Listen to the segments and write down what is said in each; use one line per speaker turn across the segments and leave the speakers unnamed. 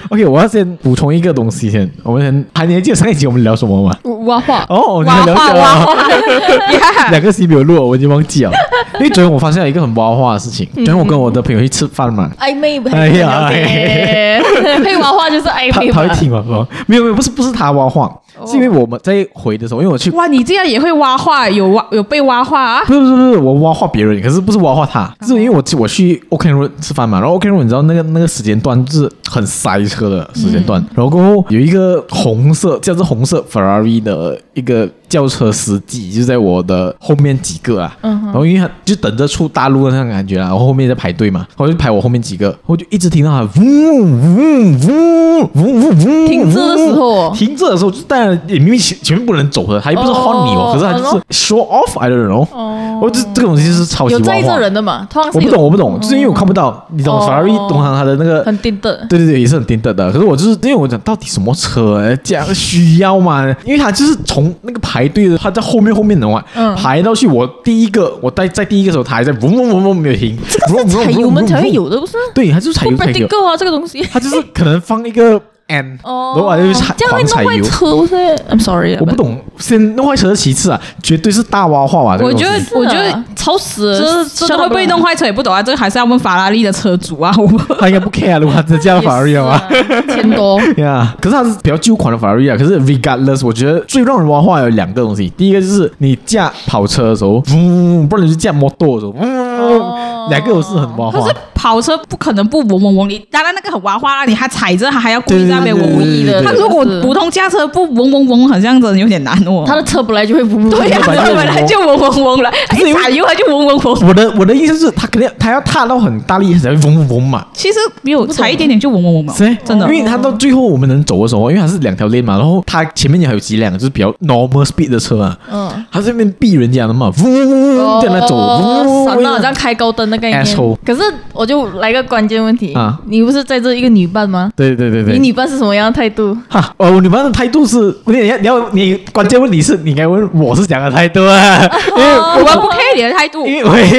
OK，我要先补充一个东西先，我们先还你还记得上一集我们聊什么吗？
挖话，
哦，你
挖
们聊
话，
什
挖
么？
话，yeah，
两个 C 没有录，我已经忘记了。因为昨天我发现了一个很挖话的事情，
嗯
昨天我跟我的朋友去吃饭嘛，
暧昧不
哎呀，
配挖话就是暧
他
昧
他
嘛
会。听我说，没有没有，不是不是他挖话，
哦
是因为我们在回的时候，因为我 去，
哇，你这样也会挖话，有挖有被挖话啊？
不是不是不是，我挖话别人，可是不是挖话他，是因为我去我去 OK Road 吃饭嘛，然后 OK Road 你知道那个那个时间段就是很塞车的时间段，然后过后有一个红色叫做红色 Ferrari 的一个轿车司机就在我的后面几个啊，然后因为他就等着出大陆的那种感觉啊啦，然后后面在排队嘛，我就排我后面几个，我就一直听到他嗡嗡嗡嗡嗡嗡，
停车的时候哦
停这的时候，就当然也明明前前面不能走的，他也不是晃你哦，
哦
可是他就是 show off，I don't know。
哦
我这这个东西是超级
有
挖
在
话
这，人的嘛？通常是
我不
有
懂，我不懂，就是因为我看不到，你懂
哦
f e r r a 懂行它的那个。
很丁的，
对对对，也是很颠倒的。可是我就是因为我讲到底什么车哎这样需要吗？因为他就是从那个排队的，他在后面后面的嘛，
嗯
排到去我第一个，我在在第一个时候，他还在嗡嗡嗡嗡没有停， 嗡嗡嗡
踩
嗡
油门才会，有的，不是？
对，他就是踩
不
油踩油，
practical 啊，这个东 西。
他就是可能放一个 N，
哦
然，后我就踩
这样会
狂踩
弄坏
油。
车，不是？I'm sorry，啊
我不。懂，先弄坏车是其次啊，绝对是大挖话吧。这个
我
东
觉
西
得，我觉
啊
得吵死
这
了，
这
啊这这会不会弄坏车也不懂啊，这个还是要问法拉利的车主 啊，我们
他应该不 care 了，他只加了法拉利了
啊
吧？
啊
钱 多，
呀，可是它是比较旧款的法拉利啊。可是 regardless，我觉得最让人挖话有两个东西，第一个就是你驾跑车的时候，嗡，不然你就驾摩托的时候，
哦
嗡，两个都是很挖
可
话
是。跑车不可能不嗡嗡嗡，你当然那个很娃娃啦，你还踩着，他还要故
对
意
对
在那
对
边嗡嗡。
对对
他如果普通驾车不嗡嗡嗡，好像真的有点难哦。
他的车本来就会不
对 呀、
他本来就
他本来就嗡嗡嗡了，他一踩油他就嗡嗡嗡。
我的我的意思是，他肯定他要踏到很大力才会嗡嗡嗡嘛，
其实没有
不懂
踩一点点就嗡嗡嗡嘛，
是
真的
因。为他到最后我们能走的时候，因为它是两条 lane 嘛，然后他前面也还有几辆就是比较 normal speed 的车啊，
嗯，
他这边避人家的嘛，嗡嗡嗡
哦
嗡这样来走，嗡嗡
闪
嗡
到好像开高灯的概念
Asshole。
可是我就来个关键问题
啊，
你不是在这一个女伴吗？
对对对对，
你女伴是什么样的态度？
哈，哦，你们的态度是，你你要你关键问题是你应该问我是怎样的态度啊？因为
哦
我们不 care 你的态度，
因为我因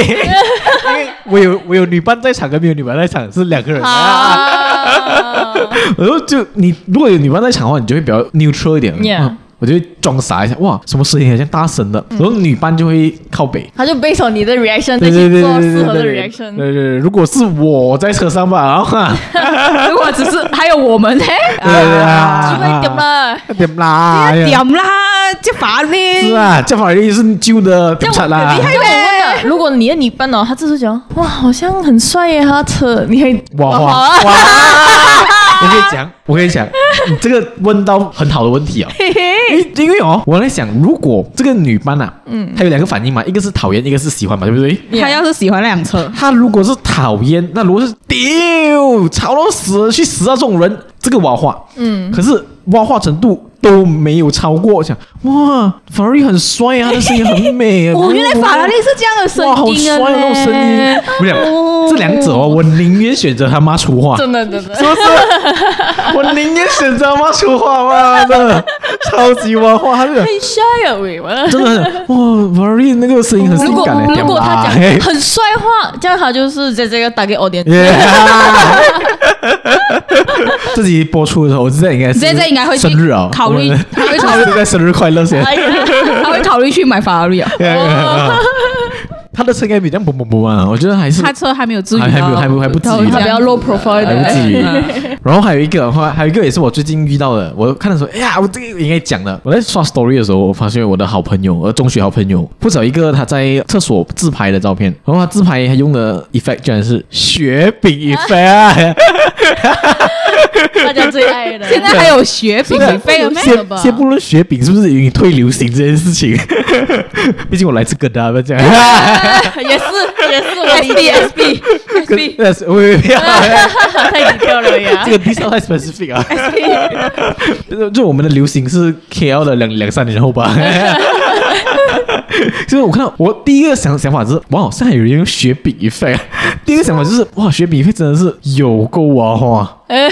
为我有我有女伴在场跟没有女伴在场是两个人啊。
啊，
然后就你如果有女伴在场的话，你就会比较 neutral 一点。
Yeah 嗯
嗯我就会装傻一下，哇，什么事情好像大声的，然后女伴就会靠北。
他就 based on 你的 reaction 再
对对
去
对
做
对对
适
对
合的
对
reaction。
对对，如果是我在车上吧，然后 啊
如果只是还有我 们呢，
对对啊，
机会点啦，
点啦，哎呀
点啦，就罚
是
你。
啊，叫法律是旧的，点菜啦
这样我很厉害
就我问啊了，如果你的女伴哦，她这时候讲哇，好像很帅耶，他车，你会
哇哇
好啊
哇！我跟你讲，我跟你讲，你这个问到很好的问题啊、哦，因为因为哦，我在想，如果这个女班啊，嗯，她有两个反应嘛，一个是讨厌，一个是喜欢嘛，对不对？
他要是喜欢那辆车，
她如果是讨厌，那如果是丢吵到死去死啊这种人，这个挖话，嗯，可是挖话程度。都没有超过，我想哇，法拉利很帅啊，他的声音很美 啊。
哦
我哦原来法拉利是这样的
哇，
声
好
音
帅
啊
哦，那种声音
呢。。
不了，这两者哦，我宁愿选择他妈粗话，
真的真的
是不是？ 我宁愿选择他妈粗话，妈的，超级挖话，他这个
很帅啊，喂我。
真的很哇，Marie 那个声音很
如
性
果
感欸的，
如果他
屌啦
讲很帅话，这样他就是在这个打给 audience。
Yeah 自己播出的时候，我知道应该是
这这应该会去
生日啊，
考虑
我们
他会考虑
现在生日快乐先。
哎呀，
他会考虑去买法拉利啊，
他的声音比较嘣嘣嘣啊，我觉得还是
他车还没有啊至于
还还没有
到，
还不还不至于
他比较 low
还
profile
不至于
嗯。
然后还有一个，还还有一个也是我最近遇到的，我看的时候，哎呀，我这个应该讲的。我在刷 story 的时候，我发现我的好朋友，呃，中学好朋友，不少一个他在厕所自拍的照片，然后他自拍他用的 effect 居然是雪饼啊 effect，
大家最爱的。
现在还有雪饼
对
费了哦啊没？
了吧
先先不论雪饼是不是已经退流行这件事情，毕竟我来自哥大，不要这 样。
也是也是我
S B
理
S
解，
可
B S
是
B，
但是，喂喂不要。
太低调了呀
这。个 detail 太 specific 啊，就 就我们的流行是 KL 的两两三年后吧。 所以我看到我第一个想想法是，哇，现在有人用雪啊饼一费。第一个想法就是，哇，雪饼一费真的是有够啊，哇，
哎，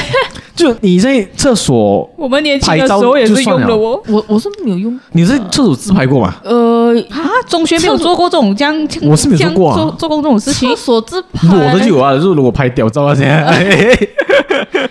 就你在厕所，
我们年轻
拍
的时
照
候也
就是算
用的
了
哦。
我我是没有用，
你在厕所自拍过吗？
呃，
啊，中学没有做过这种这样，这样
我是没有做过啊
这样做做过这种事情
厕，所自拍，
裸的就有啊，就是如果拍屌照啊，现在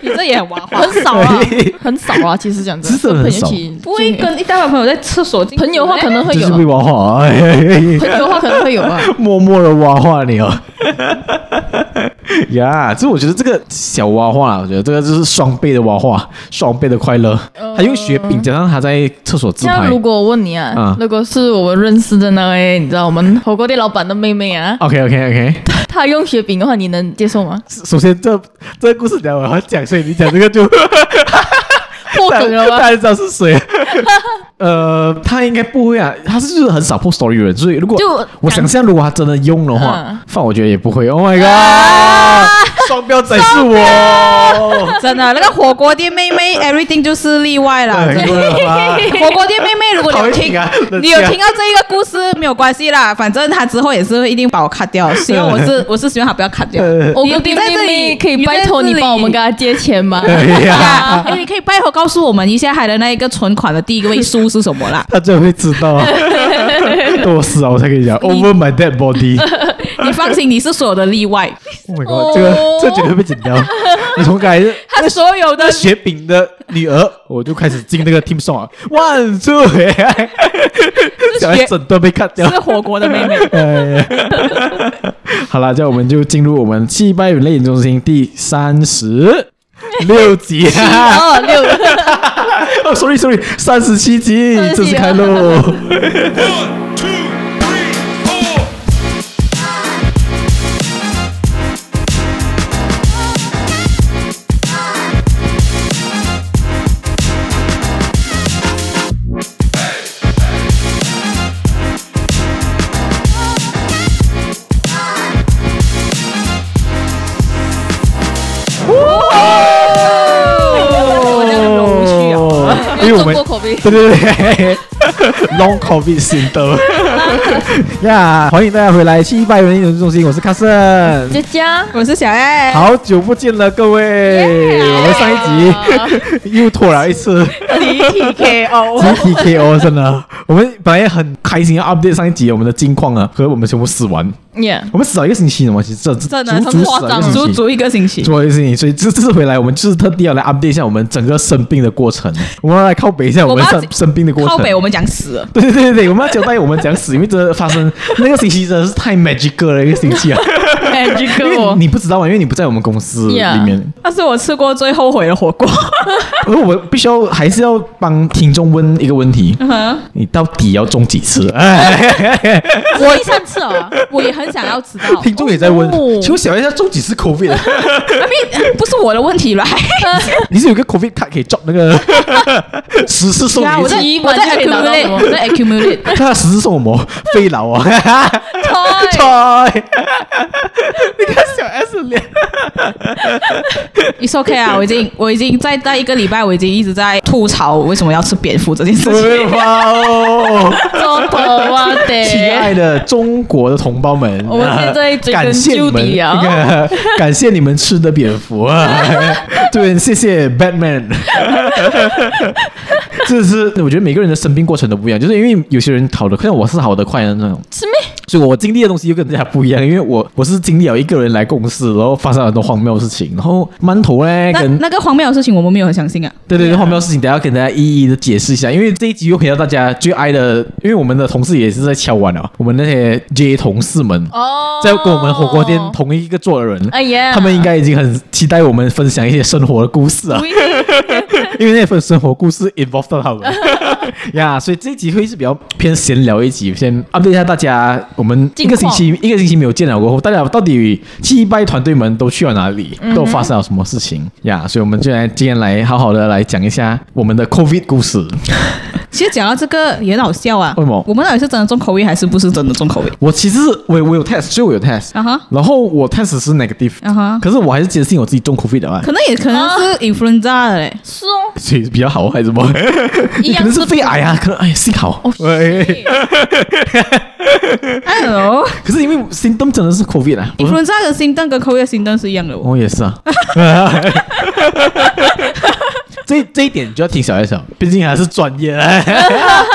你这也很玩滑。
很少 啊，很少啊，其实讲真，
真的很
跟朋友一
少
起
不
就
会
没有
跟一大帮朋友在厕所进去
朋友的话可能会
就
有啊
是，被挖化，哎哎哎
朋友的话可能会有啊吧。
默默的挖化你哦。 呀，这我觉得这个小挖化，我觉得这个就是双倍的挖化，双倍的快乐。他用雪饼加上他在厕所 自
像
拍
呃如。果我问你啊，
嗯
如果是我们认识的那位，你知道我们火锅店老板的妹妹啊，
OK OK OK，
她用雪饼的话，你能接受 吗？
首先这这个故事讲我要讲，所以你讲这个就
破梗了吧？
大家知道是谁。呃，他应该不会啊，他是就是很少 post story 的人，所以如果
就
我想象，如果他真的用的
嗯啊
话，放我觉得也不会。Oh my god，双标仔是我，
真的，那个火锅店妹妹，everything 就是例外啦。真
很
的
过分吧
火锅店妹妹，如果你有听
好一点啊，
你有听到这一个故事没有关系啦，反正她之后也是一定把我 cut 掉。希望我 是我是希望她不要 cut 掉。
火锅
你
店
在这
妹妹
里
可以
呃你在
拜托
这
你帮我们
里
跟她借钱吗？
哎 呀，？
呀，哎，你可以拜托告诉我们一下她的那一个存款的第一位数是什么 啦
他最后会知道啊，多死啊！我才跟你讲，Over my dead body。
你放心，你是所有的例外，
Oh my god，这个这绝对被剪掉。你从刚才
她所有的
那雪饼的女儿，我就开始进那个 team song 啊，One Two，小孩整段被 cut 掉。
是火锅的妹妹。
哎，好了，这样我们就进入我们七八元类研中心第三十六集 啊
二六，
哦，sorry sorry，三十七集
37啊
正式开喽。
One, two, three, four.
我这样容不去啊。
因为我们
做过口 碑。
对对对，Long COVID 心 得呀欢迎大家回来七八元类研究中心，我是卡森。
佳佳，
我是小哎爱，
好久不见了，各位！我们上一 集又拖了一次，
离题 KO。
集体 KO 真的。我们本来也很开心要 update 上一集我们的近况啊，可是我们全部死完，
Yeah，
我们死了一个星期呢嘛，其实这
真的
足
很
足
夸
死了
张
一个，
足
星期。
足一个星期。
做一个事情，所以这这次回来，我们就是特地要来 update 一下我们整个生病的过程。我们要来靠北一下我们
我
生
们要
生病的过
靠
程。
北我们讲死了，
对对对对，我们要交代我们讲死，因为真的发生那个星期真的是太 magical 了一个星期啊！
哎，这
因为
个我
你不知道啊，因为你不在我们公司里
Yeah
面。
那是我吃过最后悔的火锅。
而我必须要还是要帮听众问一个问题：
嗯
你到底要中几 次？哎，
我上次啊，我也很想要 知道，
听众也在问
哦，
请问小叶要中几次 COVID？啊
不是我的问题啦。
你是有个 COVID 卡可以 drop 那 个十次送
对啊，
你一
我
次
在
急
我
嘛就可以拿
在
到
accumulate，
什么
我在 accumulate。
他十次送我们飞佬啊！
菜
菜，你看小 S 脸，
It's OK 啊，我已经我已经在在一个礼拜，我已经一直在吐槽我为什么要吃蝙蝠这件事情。
哇哦！
做头 啊
亲爱
得，
的中国的同胞们，啊
我们现在追根
感谢你
究
们
底啊，
感谢你们吃的蝙蝠啊！ 对，谢谢 Batman。这是我觉得每个人的生病过程都不一样，就是因为有些人好的，像我是好的快的那种，
师妹，
所以我经历的东西又跟大家不一样，因为我我是经历了一个人来共事，然后发生了很多荒谬的事情，然后馒头嘞
那
跟
那个荒谬的事情，我们没有很相信啊。
对对对，荒谬事情，等一下跟大家一一的解释一下，因为这一集又回到大家最爱的，因为我们的同事也是在敲碗啊了，我们那些 J 同事们
哦
在跟我们火锅店同一个做的人，
哎呀，
他们应该已经很期待我们分享一些生活的故事啊，因为那份生活故事 involved 到他们 呀所以这一集会是比较偏闲聊一集，先 update 一下大家，我们一
近
个
况
星期一个星期没有见了过后，大家到底七拜团队们都去了哪里，都发生了什么事情呀所以我们就来今天来好好的来讲一下我们的 COVID 故事。
其实讲到这个也很好笑啊。
为什么
我们到底是真的重口味，还是不是真的重口味？
我其实我有我有 test，所以我有 test，、
啊哈
然后我 test 是 negative，、
啊哈
可是我还是坚信我自己中 COVID 的啊
可，能也可能是 influenza 的嘞。
是哦，
所以比较好还是什么？
一
可
样
能是肺癌啊，可能哎幸好。
哦，
喂
是
I don't know。
可是因为 symptom 真的是 COVID 啊，哦我啊
influenza 的心灯跟 COVID 的心灯是一样的哦。
我也是啊，这这一点你就要听小 S 了，毕竟还是专业啊的。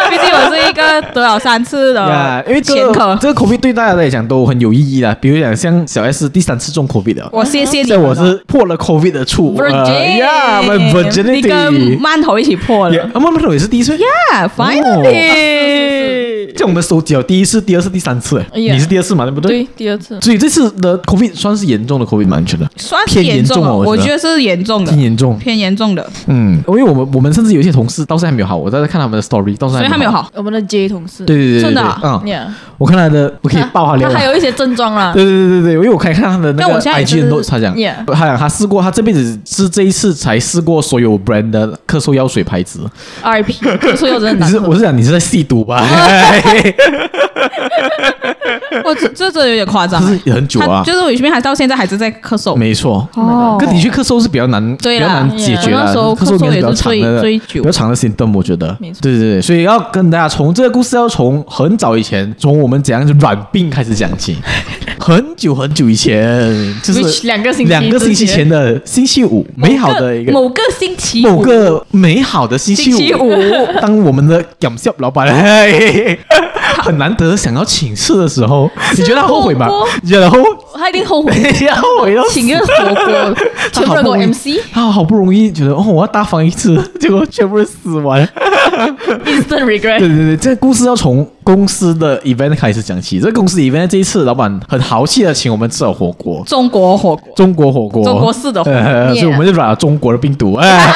毕竟我是一个得了三次 的
呀，因为这
哦前
个
科。
这个 COVID 对大家来讲都很有意义的，比如讲像小 S 第三次中 COVID 的，
我谢谢你
这
们
我
哦，
是破了 COVID 的处，啊
Virgin
呀，我 virginity，
你跟馒头一起破了。
Yeah，啊，慢慢头也是第一次。
Yeah，finally，
这我们收集了第一次、第二次、第三次，
哎呀
你是第二次嘛，对不
对
对？，
第二次。
所以这次的 COVID 算是严重的 COVID 蛮全的，
算是
偏严重
重
哦
了，
我
我
觉得
觉得是严重的
挺，严重。
偏严重的，
嗯，因为我们我们甚至有一些同事到现在还没有好，我在看他们的 story，到现在
所以他没有。好。
哦我们的 J 同事，
对对对对，
真的啊
对嗯，
Yeah，
我看他的，我可以
他
爆他料
他
了
还。有一些症状 啦。
对对对对对，因为我可以看他的那
但
个
我现在也
IG 的
是
notes，他讲，
Yeah
他讲他试过，他这辈子是这一次才试过所有 brand 的咳嗽药水牌子。
RIP，咳嗽又真的
你
难
是
喝
我。是讲你是在吸毒 吧？
我这这真的有点夸张
这，是很久啊
他，就是我前面还到现在还是在咳嗽。
没错。
哦
可的确，咳嗽是比较难，比
对
较
啦
难解决啊
我
啦。
那时候
嗽应该比
咳嗽
较
也是
长
最
的，
最
比
久
较长的 symptom，我觉得。
没错
对对对，所以要跟大家从这个故事要从很早以前，从我们怎样软病开始讲 起，很久很久以前，就是
Which 两个星期
两个星期
之前
前的星期五，美好的一个
某个星期
某个美好的星期五，
星期五
当我们的 g a m s h o p 老板 很难得想要请示的时 候，你觉得他后悔吗
火锅？
你觉得后，
他一定后悔
你觉得后悔要死
请个 火锅，全部人给我 MC，
他好不容易觉得哦，我要大方一次， 结果全部人死完。
instant
对
regret。
对对，这个故事要从公司的 event 开始讲起。这个公司 event 这一次，老板很豪气的请我们吃了火锅，
中国火锅，
中国火锅，
中国式的火锅
呃，所以
Yeah
我们就染了中国的病毒， 哎，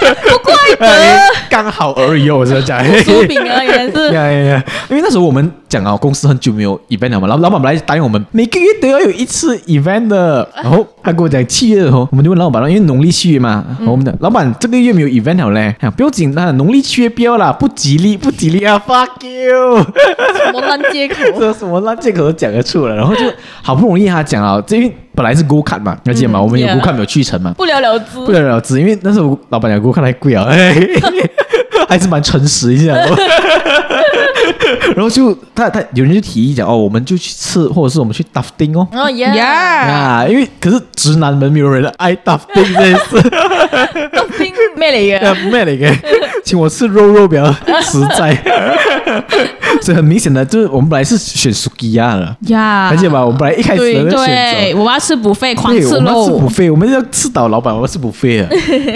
不怪得，刚好而已哦，我只能 讲。
酥饼啊，原来 是
呀呀呀！因为那时候我们讲啊，公司很久没有 event 了嘛，老老板本来答应我们每个月都要有一次 event 的，然后他跟我讲七月的时候，我们就问老板了，因为农历七月嘛，然后我们讲老板这个月没有 event 了嘞，他讲不要紧啦，农历七月不要啦，不吉利不吉利啊，fuck you！
什么烂借口？
这什么烂借口都讲得出来，然后就好不容易他讲啊，这因为本来是 go cut 嘛，你还记得吗？我们有
yeah
go cut 没有去成嘛，
不了了之。
不了了之，因为那时候老板娘给我看太贵啊，哎 还是蛮诚实一下的。 然后就他他有人就提议讲哦，我们就去吃，或者是我们去 dafting 哦。
然后 yeah，
呀，
啊，因为可是直男们没有人爱 dafting 这件事，
都拼咩嚟
呃
嘅？
妹了个，请我吃肉肉比较实在。 所以很明显的，就是我们本来是选 sukiya 的，
呀，
而且吧，我们本来一开始
啊对
的那个选择
对，我们要吃补费，狂
对，
吃
我们要吃
肉
补，费，我们要吃倒老板，我们要吃补费 啊。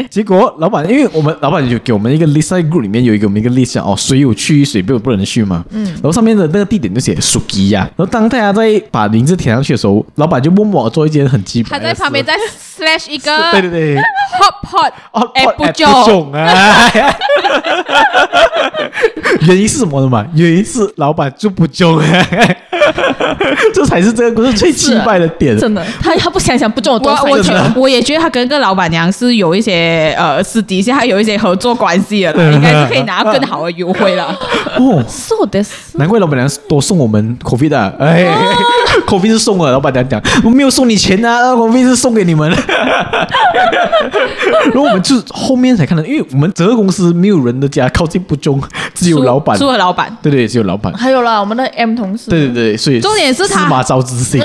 结果老板，因为我们老板有给我们一个 list，在 group 里面有一个我们一个 list 讲哦，谁有去，谁不不能去嘛。嗯。然后上面的那个地点就写 Suki 呀。然后当大家在把名字填上去的时候，老板就默默地做一件很基本
他
的事。
在旁边再 slash 一个
是对对对。
hot pot
哦，
apple
不
joe，
中啊！原因是什么的嘛？原因是老板就不中、啊， 这才是这个故事最
啊
气败的点。
真的，他他不想想不中我多
我
少
我
真
觉
的
得我也觉得他跟个老板娘是有一些呃私底下还有一些合作关系的啦，应该是可以拿到更好的优惠了。
哦，
So this，
难怪老板娘多送我们 COVID 的、
哦
啊，哎、c o v i d 是送了，老板娘讲我没有送你钱啊，COVID 是送给你们。 然后我们就后面才看到，因为我们整个公司没有人的家靠近不忠， 只 有老板，
输了老板。
对对，只有老板，
还有啦，我们的 M 同事，
对对对，所以
嗯重点是他
司马昭之 心，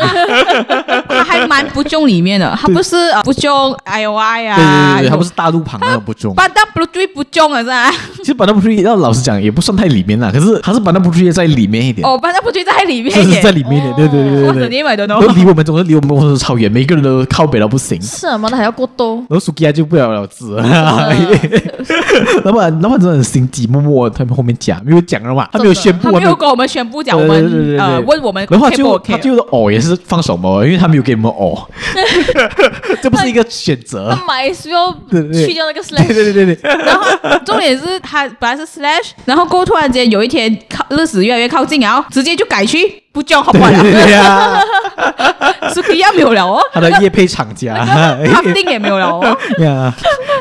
他还蛮不中里面的，他不是呃不中 I O I
对对
啊，
对对，他不是大陆旁那个不忠。
班当不对不中了 是吧？
其实板凳不注意，要老实讲也不算太里面啦，可是还是板凳不注意在里面一点，
哦，班当不对在里面
就
耶，
是在里面一点，对对对对
我
对对。
整天买的
然
都
后离我们总是离我们公司超远，每个人都靠北到不行。
是啊，忙的还要过多。
然后 Sukiya 就不了了之了，老板老板真的很心机，默默他们后面讲没有讲了嘛，他没有宣布，
他没有
他
跟我们宣布讲，我
对对对对
们
对
呃
对
问我们
然后
OK
他
不
就
OK
他
啊。
就是哦也是放手嘛，因为他没有给我们哦，这不是一个选择
那，买需要
对对啊对
去掉那个 slash，
对对对对对，
然后 重点是他本来是 slash，然后过后突然间有一天靠日子越来越靠近，然后直接就改去不中好不好？
对对呀，
是一样没有了哦，
他的夜配厂家
他定也没有了 哦。
呀，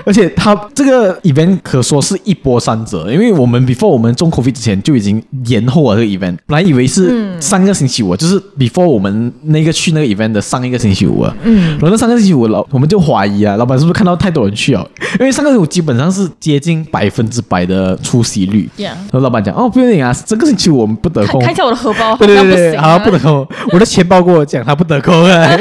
而且他这个 event 可说是一波三折，因为我们 before 我们中 COVID 之前就已经延后了这个 event，本来以为是上个星期五，就是 before 我们那个去那个 event 的上一个星期五啊，嗯，然后那上个星期五老我们就怀疑啊，老板是不是看到太多人去哦？因为上个星期五基本上是接近百分之百的出席率
Yeah
然后老板讲哦不用紧啊，这个星期五我们不得
看
空，
看一下我的荷包，
哦 对对
好像
对，
不行
好
啊
像不得空，我的钱包跟我讲他不得空哎，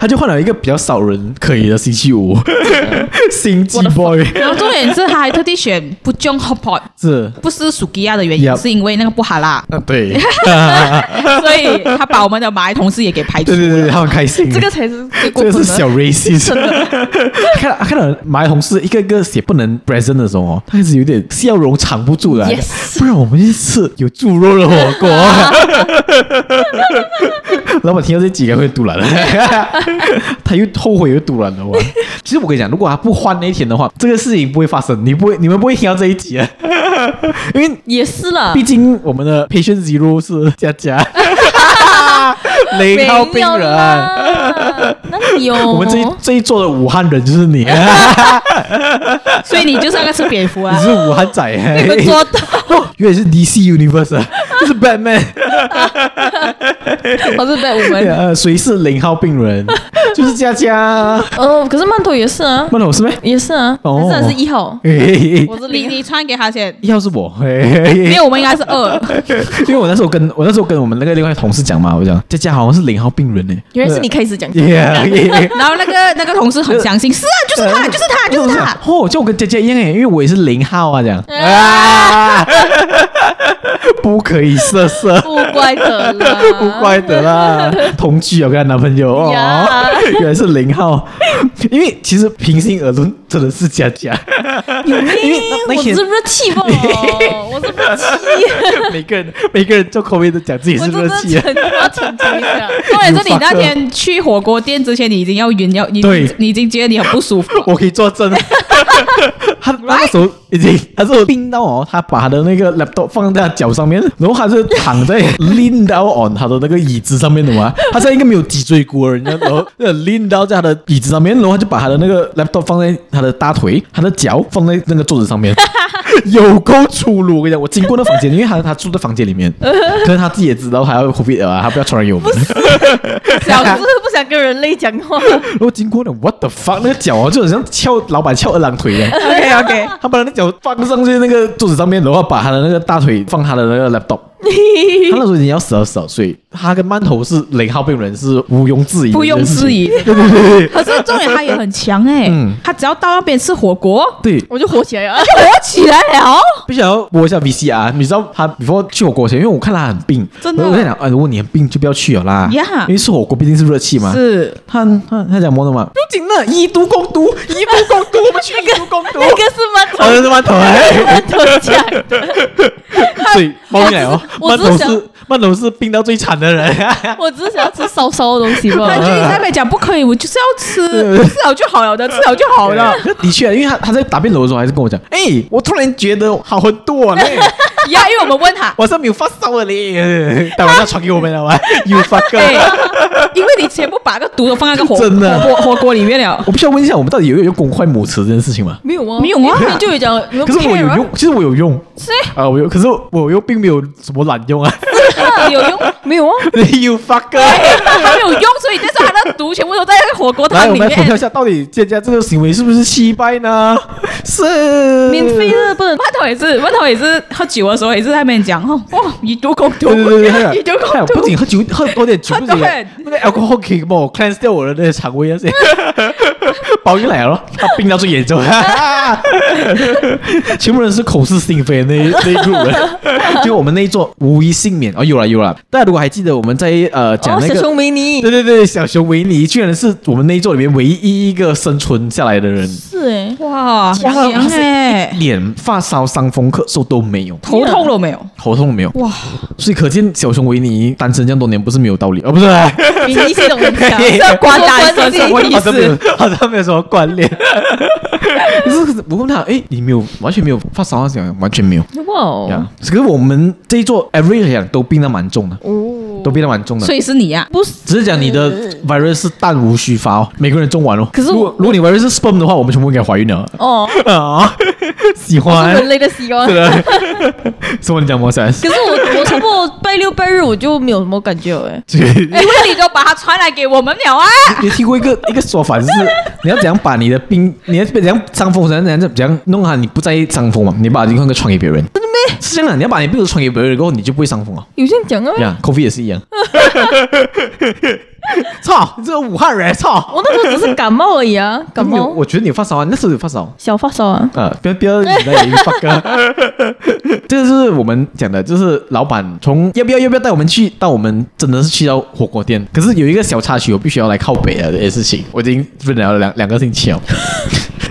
他就换了一个比较少人可以的星期五， 星际 boy
然后重点是他还特地选不中 hotpot，
是，
不是苏吉亚的原因
Yup
是因为那个不哈拉，
啊对，
所以他把我们的马来同事也给排除
对对对，
了。
他很开心。
这个才是最过
这个
分
是
的。
小 racist，看看到马来同事一个个写不能 present 的时候哦，他开始有点笑容藏不住了。
Yes
不然我们去吃有猪肉的火 锅。老板听到这几个会堵然 了，他又后悔又堵然了哇。其实我跟你讲，如果他不换那一天的话，这个事情不会发生，你不会你们不会听到这一 集啊，因为
也是啦
毕，竟我们的 patient zero 是佳 佳，雷到病
没有
人。
啦哪里有？哦
我们这
嗯
一这一座的武汉人就是 你，你
所以你就是那个吃蝙蝠啊，
是武汉仔，
你们做到。
哦，原来是 DC Universe，啊这是 Batman，
我是被我们
呃，谁是零号病 人？就是佳佳，
哦，可是曼头也是啊，
不能我是咩？
也是啊，
哦
但是是一号，
嘿嘿嘿
我是
你
零
你穿给他先，
一号是我，嘿嘿嘿
因为我们应该是二，
因为我那时候跟我那时候跟我们那个另外同事讲嘛，我讲佳佳好像是零号病人呢，
原来是你开始讲，
Yeah, yeah
然后那个那个同事很相信，是啊，就是 他，就是他，就是他。
哦，就我跟姐姐一样诶，因为我也是零号啊，这样啊， 不可以色色，
不怪的啦，
不怪得啦， 同居啊，跟她男朋友哦
呀
原来是零号，因为其实平心而论，真的是佳佳， 因为那
我
那
是
天
热气 吧，我是热气，
每个人每个人做 COVID 都讲自己
我
是
真
热
的
气啊，
很我要澄清一 下，
重点是你那天去火锅店之前，你已经要晕，要你
对
你已经觉得你很不舒 服了。
我可以作证。他他那时候已经，他是病到哦，他把他的那个 laptop 放在他脚上面，然后他是躺在 lean down on 他的那个椅子上面的嘛，他是一个没有脊椎骨的人，然后呃 lean down 在他的椅子上面，然后他就把他的那个 laptop 放在他的大腿，他的脚放在那个桌子上面，有够粗鲁。我跟你讲，我经过那房间，因为他他住在房间里面，可是他自己也知道他要 COVID 啊，他不要传染给我们。
小子不想跟人类讲 话，
然后经过了，what the fuck，那个脚啊，就好像翘老板翘二郎腿一 样。OK OK，他把那脚放上去那个桌子上面，然后把他的那个大腿放他的那个 laptop。他那时候已经要死了死了，所以他跟曼头是零号病人是毋庸置疑，
不庸置疑。
对。对对对
可是重点他也很强哎、
嗯
他只要到那边吃火锅，
对，
我就火起来 了，
火起来了。
必须要摸一下 VCR。你知道他 before 去火锅前，因为我看他很病，
真的
我在想，啊，如果你很病就不要去了啦
Yeah
因为吃火锅毕竟是热气嘛。
是，
他他他讲摸的嘛，不紧了，以毒攻毒，以毒攻毒，我们去以毒攻毒。
那个是曼 头
啊，那是馒头哎，
曼头讲的，
所以猫咪来哦，
我
馒
只
头
是我只是
是馒头是病到最惨的 人，
我只是想要吃烧烧的东西
他就
吧，
一直在那边讲不可以，我就是要吃，
对
吃了就好了的，吃了就好 了。
的确，因为他他在打边炉的时候还是跟我讲，哎，我突然觉得好很 多啊嘞，
呀，因为我们问他，
晚上没有发烧了嘞， 待会要传给我们了吧？You
对
fucker！，
哎因为你全部把那个毒都放在那个火
真的
火火锅里面了。
我必须要问一下，我们到底有用公筷母匙这件事情吗？
没有啊，
没有啊
因为就有讲，可
可是我有用，其实我有用，啊，我有，可是我又并没有什么懒用啊
有用，
没 有啊，
，You fucker！
他 没有用，所以但是他的毒全部都在那个火锅
来，
汤
我
里
们来投票一
面。
下，到底佳佳这个行为是不是失败 呢？是
免费的不能
万嗯头也是，万头也是喝酒的时候也是在那边讲，哦，哇，以毒攻毒，
对对对对，
以毒
哎呀
攻
不
毒。
仅喝酒，喝多点酒，
喝
不仅
多点
那个 alcohol 可以帮我 cleanse 掉我的那个肠胃那啊 些。保育来了，他病到最严重， 全部人是口是心非那一那一路 人，就我们那一座无一幸免。哦，有了有了，大家如果还记得我们在呃讲
哦，
那
小
个。
熊维尼
对对对，小熊维尼居然是我们那一座里面唯一一个生存下来的人，
是哎，
哇，
强
强哎、
连发烧、伤风、咳嗽都没有，
头痛了没有？
头痛没有，
哇，
所以可见小熊维尼单身这样多年不是没有道理，哦而、不是。
比哎你系统很强，
嘿
这关单身什
我
么意
好像没有
思？，
好像没有什么关联。 可是我问他，哎，你没有完全没有发烧啊？这样完全没有
哇哦
呀。。可是我们这一座 every 讲都病得蛮重的，
哦
都病得蛮重的
所。以呃是你呀、
不是，
只是讲你的 virus 是弹无虚发哦，每个人中完哦。
可是我
如果如果你 virus 是 sperm 的话，我们全部应该怀孕了
哦，
啊！ 喜
是
欢，
人类的啊习惯。
对 的。什么你讲毛三？
可是我我差不多拜六拜日我就没有什么感觉哎，
这个
因为你都把它传来给我们了啊！
也听 过一个一个说法，就是你要怎样把你的病，你要怎样伤风，怎样怎样怎样弄好，你不在意伤风嘛，你把这个传给别人。真的咩？是这样的，你要把你病毒传给别人过后，你就不会伤风 了。
有这样讲的咩？
呀、c o v i d 也是一样。 操，你这个武汉人，操！
哦我那时候只是感冒而 已啊，感
你有
冒
我觉得你有发烧啊，那时候有发烧。
小发烧啊。
啊，不要不要，你那里 fuck 啊。 这就是我们讲的，就是老板从要不要要不要带我们去，到我们真的是去到火锅店。可是有一个小插曲，我必须要来靠北啊的事情，我已经忍了两两个星期了。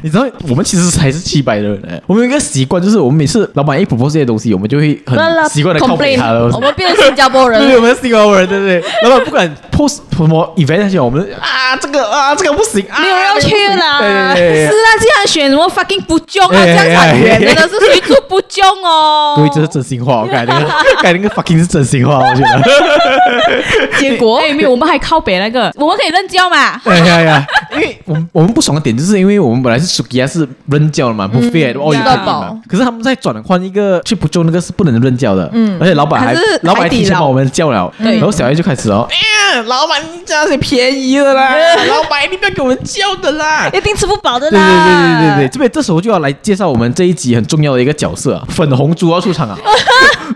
你知道，我们其实才是七百的人哎，我们有一个习惯，就是我们每次老板一 propose 这些东西，我们就会很
不然啦
习惯的靠北
complain，
他了。
我们变成新加坡
对 对，
人
我，们是新加坡人，对不对？老板不管 post 什么 event 下去，我们啊这个啊这个不行，啊
没有人要去啦
对对对对
是啊，这样选什么 fucking 不中啊，这样
哎哎哎
惨远真的是谁住不中哦
各位，？这是真心话，我改那个 改那个 fucking 是真心话，我觉得。
结果
哎，没有，我们还靠北那个，我们可以认教嘛？
哎呀呀，因为我们我们不爽的点，就是因为我们本来是 s u k i 是扔掉了嘛，不 fair，哦，
知道饱
嘛。可是他们在转换一个去不做那个是不能扔掉的，
嗯
而且老板还
还是
老板还
海底
提前把
捞
我们叫了，
对
然后小 A 就开始哦， 哎呀，老板你这样是便宜的 啦，老板你不要给我们叫的啦。
一定吃不饱的
对对对
啦。
对对对，这边这时候就要来介绍我们这一集很重要的一个角色、啊，粉红猪要出 场啊！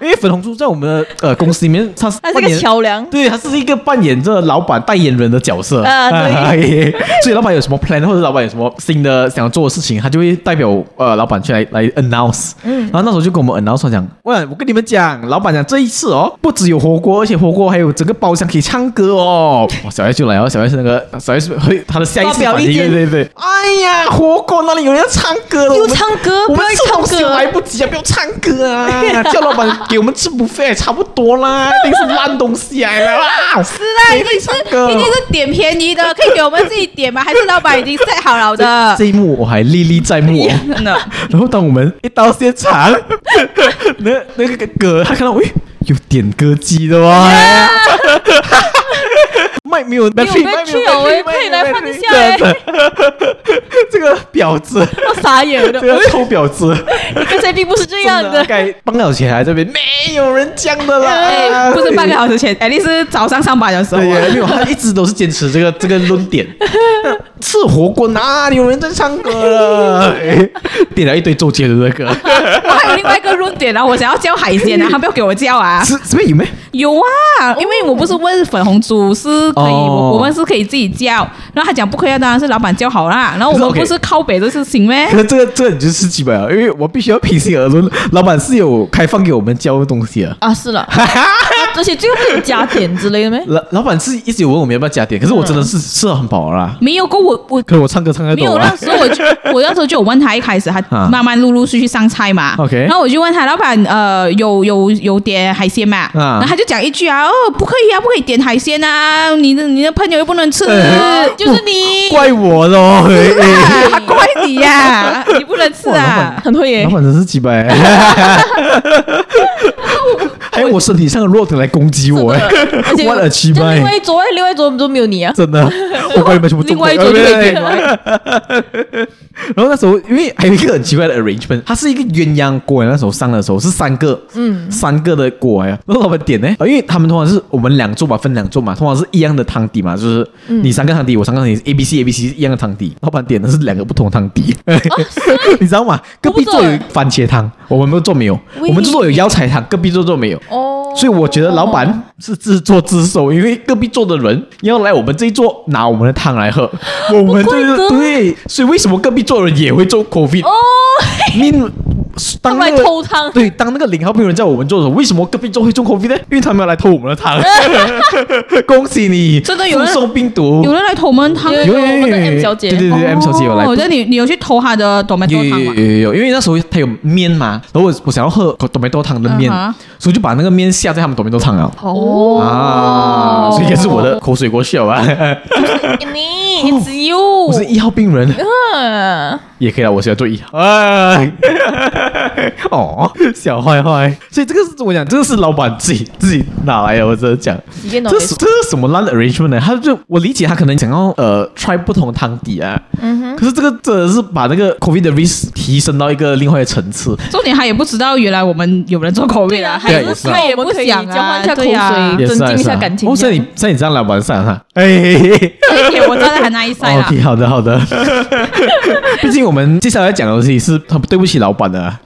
因为粉红猪在我们的呃公司里面，他是
它是
扮
个
演
桥梁。
对，他是一个扮演着老板代言人的角色
啊对
所以老板有什么 plan 或者老板有什么新的想要做的事情，他就会代表呃老板去来来 announce。然
嗯
后那时候就跟我们 announce 说讲，喂，我跟你们讲，老板讲这一次哦，不只有火锅，而且火锅还有整个包厢可以唱歌 哦。哇，小 S 就来哦，小 S 那个小 S 会他的下意识
发表
反应，
意
对
见
对对。哎呀，火锅哪里有人要唱歌的？
又
我们
唱歌，
我
呃不
们
要
吃
唱
东西
歌
来。不及啊，不要唱歌 啊！叫老板给我们吃补费差不多啦，一定是烂东西来了啊啦！是
那一定
定
是一定是点便宜的，可以给我们自己点吗？还是老板已经 set 好了的
呃
这？一幕我还历历在目、 哦。
真的，
然后当我们一到现场， 那那个哥他看到，喂，有点歌机的哇！ 麦没有 battery，
没有
麦没有
battery 哦
battery，
哎快点来换一下
麦
哎
没有 battery，这个婊 子，
我傻眼了，
这个臭婊子，
刚才并不是这样
真的啊
的。
该帮了起来这边没有人讲的啦
哎，，不是半个小时 前，哎，那是早上上班的时候
对
啊。
呀，没有，他一直都是坚持 这个这个论点。吃火锅哪里有人在唱歌了？哎点了一堆周杰伦的歌，
我还有另外一个论点啊，我想要叫海鲜啊，他不要给我 叫 啊。
是是不是有没？
有啊，因为我不是问粉红猪是可以，
哦
我我们是可以自己叫，然后他讲不可以啊，当然是老板叫好啦。然后 我
可是
们
OK
不是靠北的事情咩？
可是这个这个你就是基本了，因为我必须要平心而论，老板是有开放给我们教的东西的。
啊，是 了，而且这个会有加点之类的没？
老老板是一直有问我们要不要加点，可是我真的是吃了很饱了啦。
没有过我我
可是我唱歌唱太
没
多啊
有，那
了，
时候我就我那时候就有问他，一开始他
啊
慢慢陆陆续续上菜嘛。
OK
然后我就问他老板，呃，有有有点海鲜嘛？
啊
然后他就讲一句啊，哦，不可以啊，不可以点海鲜啊，你的你的朋友又不能 吃，
哎
就是你，
怪我哎喽。嘿嘿
啊他怪你呀、 你不能吃
哇老
啊
板。
很会耶
老。板真是鸡巴、还有我身体上的弱点来攻击我、哎，
而且
What a
就
achievement
另外一桌，哎另外一桌都没有你啊。
真的，我把你 们全部中
另
过
外一桌就可以点了。
然后那时候，因为还有一个很奇怪的 arrangement，它是一个鸳鸯锅。那时候上的时候是三个，嗯，三个的锅呀。然后老板点呢，因为他们通常是我们两桌嘛，分两桌嘛，通常是一样的汤底嘛，就是
嗯
你三个汤底，我三个汤底，A B C A B C 一样的汤底。老板点的是两个不同的汤底，
哦啊
你知道吗？隔壁桌有番茄汤，我们没有做没有，
喂
我们这桌有药材汤，隔壁桌做没有。
哦
所以我觉得老板是自作自受，因为隔壁桌的人要来我们这一桌拿我们的汤来喝，我们就
不怪得
是对，所以为什么隔壁桌的人也会做 COVID？
哦，
你当
们
那
来
个
偷汤
对，当那个零号病人在我们做的时候，为什么隔壁桌会中 COVID 呢？因为他们要来偷我们的汤。恭喜你，
真的有人
附送病毒，
有人来投我们汤，啊
有我们的 M 小姐
对对对，M 小姐有来
哦，那你你有去偷她的 tomato
有有
汤
有
吗？
有有，因为那时候他有面嘛，然后我我想要喝 tomato 汤的面
嗯哼
所以就把那个面下在他们 tomato 汤了。
哦
啊，所以也是我的口水过去了吧？
你，It's
我是
you。
一号病人，
嗯，
也可以啦，我喜欢做一号。哎， 哦，小坏坏，所以这个是我讲，这个是老板自己自己拿来的，我真的讲，
几件 notice
这是这是什么烂的 arrangement 呢？他就我理解他可能想要呃 try 不同汤底啊，
嗯
可是这个真的是把那个 covid 的 risk 提升到一个另外的层次。
啊
重点她也不知道原来我们有人做口味啊，她
对啊也
也不
是
是
啊
她也
我
不
们可以
想啊
交换一下口
对啊
水
也是啊
增进一下
也是啊
感情
哦，像你像你这样老板上哈，哎，嘿嘿嘿
啊
哦
这一点我站在他那一 side 啦。
OK，好的好的。毕竟我们接下来讲的东西是很对不起老板的啊。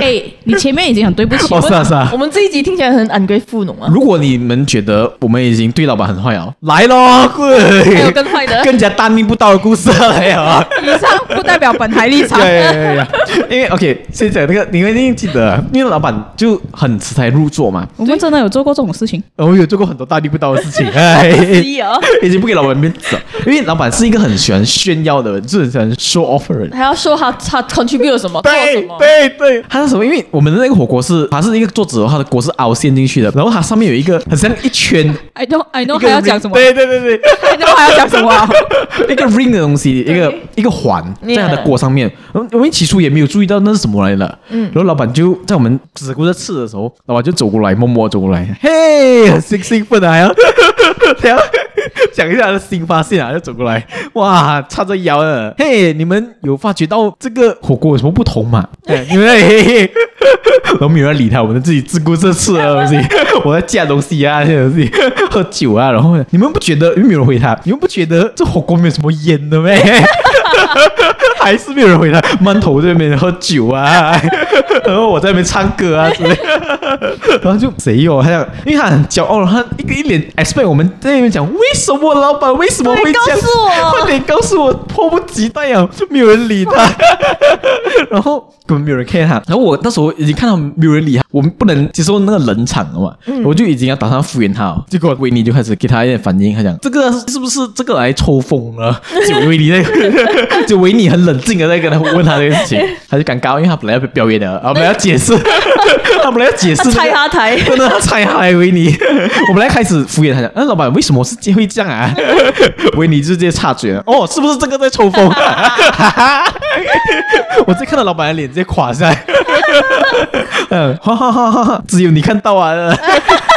哎，你前面已经很对不起
哦，
我
是啊，是啊
我。们这一集听起来很安归富农啊，
如果你们觉得我们已经对老板很坏了，来咯，
还有
对，
更坏的。
更加大逆不道的故事来了。
以上不代表本台立场。
对对对对， 因为 OK，先讲那个，你们一定记得，啊因为老板就很吃才入座嘛，
我们真的有做过这种事情，
然后有做过很多大逆不道的事 情，哎，
是哦，
已经不给老板面子了，因为老板是一个很喜欢炫耀的人，就是喜欢 show off 的人。
还要说他他 contribute 了什么，做了什
对
么？
对对，它是什么？因为我们的那个火锅是，它是一个桌子，它的锅是凹陷进去的，然后它上面有一个很像一圈
I don't I
一
know
个
还要讲什么
对对对 对，
？I know 还要讲什么啊？
一个 ring 的东西，一 个一个环在
Yeah
它的锅上面。然后我们起初也没有注意到那是什么来的，嗯，然后老板就在我们只顾着吃的时候，老板就走过来，默默走过来，嘿，很 兴兴奋的，啊还要还要讲一下他的新发现啊，就走过来，哇，叉着腰的，嘿，你们有发觉到这个火锅有什么不同吗？ 哎你们在嘿嘿。然后没有人理他，我们自己自顾自吃 的东西，我在夹东西啊，这些东西， 喝酒啊，然后你们不觉得？又没有人回他，你们不觉得这火锅没有什么烟的咩？ 还是没有人回他，闷头这边喝酒啊， 然后我在那边唱歌啊之 类的，然后就谁哟、他讲，因为他很骄傲，他一个一脸 expect 我们在那边讲，为什么老板为什么会这样？
快告诉 我
快点告诉我，迫不及待啊，就没有人理他。 然后根本没有人 care 他。然后我那时候已经看到没有人理他，我们不能接受那个冷场了嘛，
嗯
我就已经要打算敷衍他了。结果维尼就开始给他一点反应，他讲这个是不是这个来抽风了？就维尼那个， 就维尼很冷静的在跟他问他这个事情，他就尴尬，因为他本来要表演的，啊，我们要解 释，他本来要解释、那
他
个，
拆 他台，
真的拆下来维尼，我们来开始敷衍他讲，那、老板为什么是会这样啊？维尼就直接插嘴了，哦，是不是这个在抽风？我直接看到老板的脸直接垮下来，嗯，哈哈哈哈哈，只有你看到啊，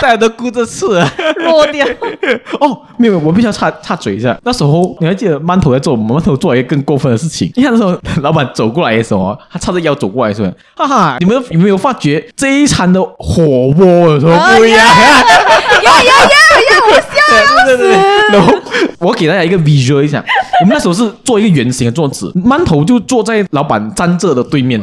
大家都顾着吃啊。
弱掉。
哦，没有，我必须要插插嘴一下。那时候你还记得馒头在做，我们馒头做了一个更过分的事情。因为那时候老板走过来的时候，他叉着腰走过来说：“哈哈，你们有没有发觉这一餐的火锅有什么不一样？”
呀呀呀！我笑。
对对对对，然后我给大家一个 visual 一下，我们那时候是做一个圆形的桌子，馒头就坐在老板站着的对面，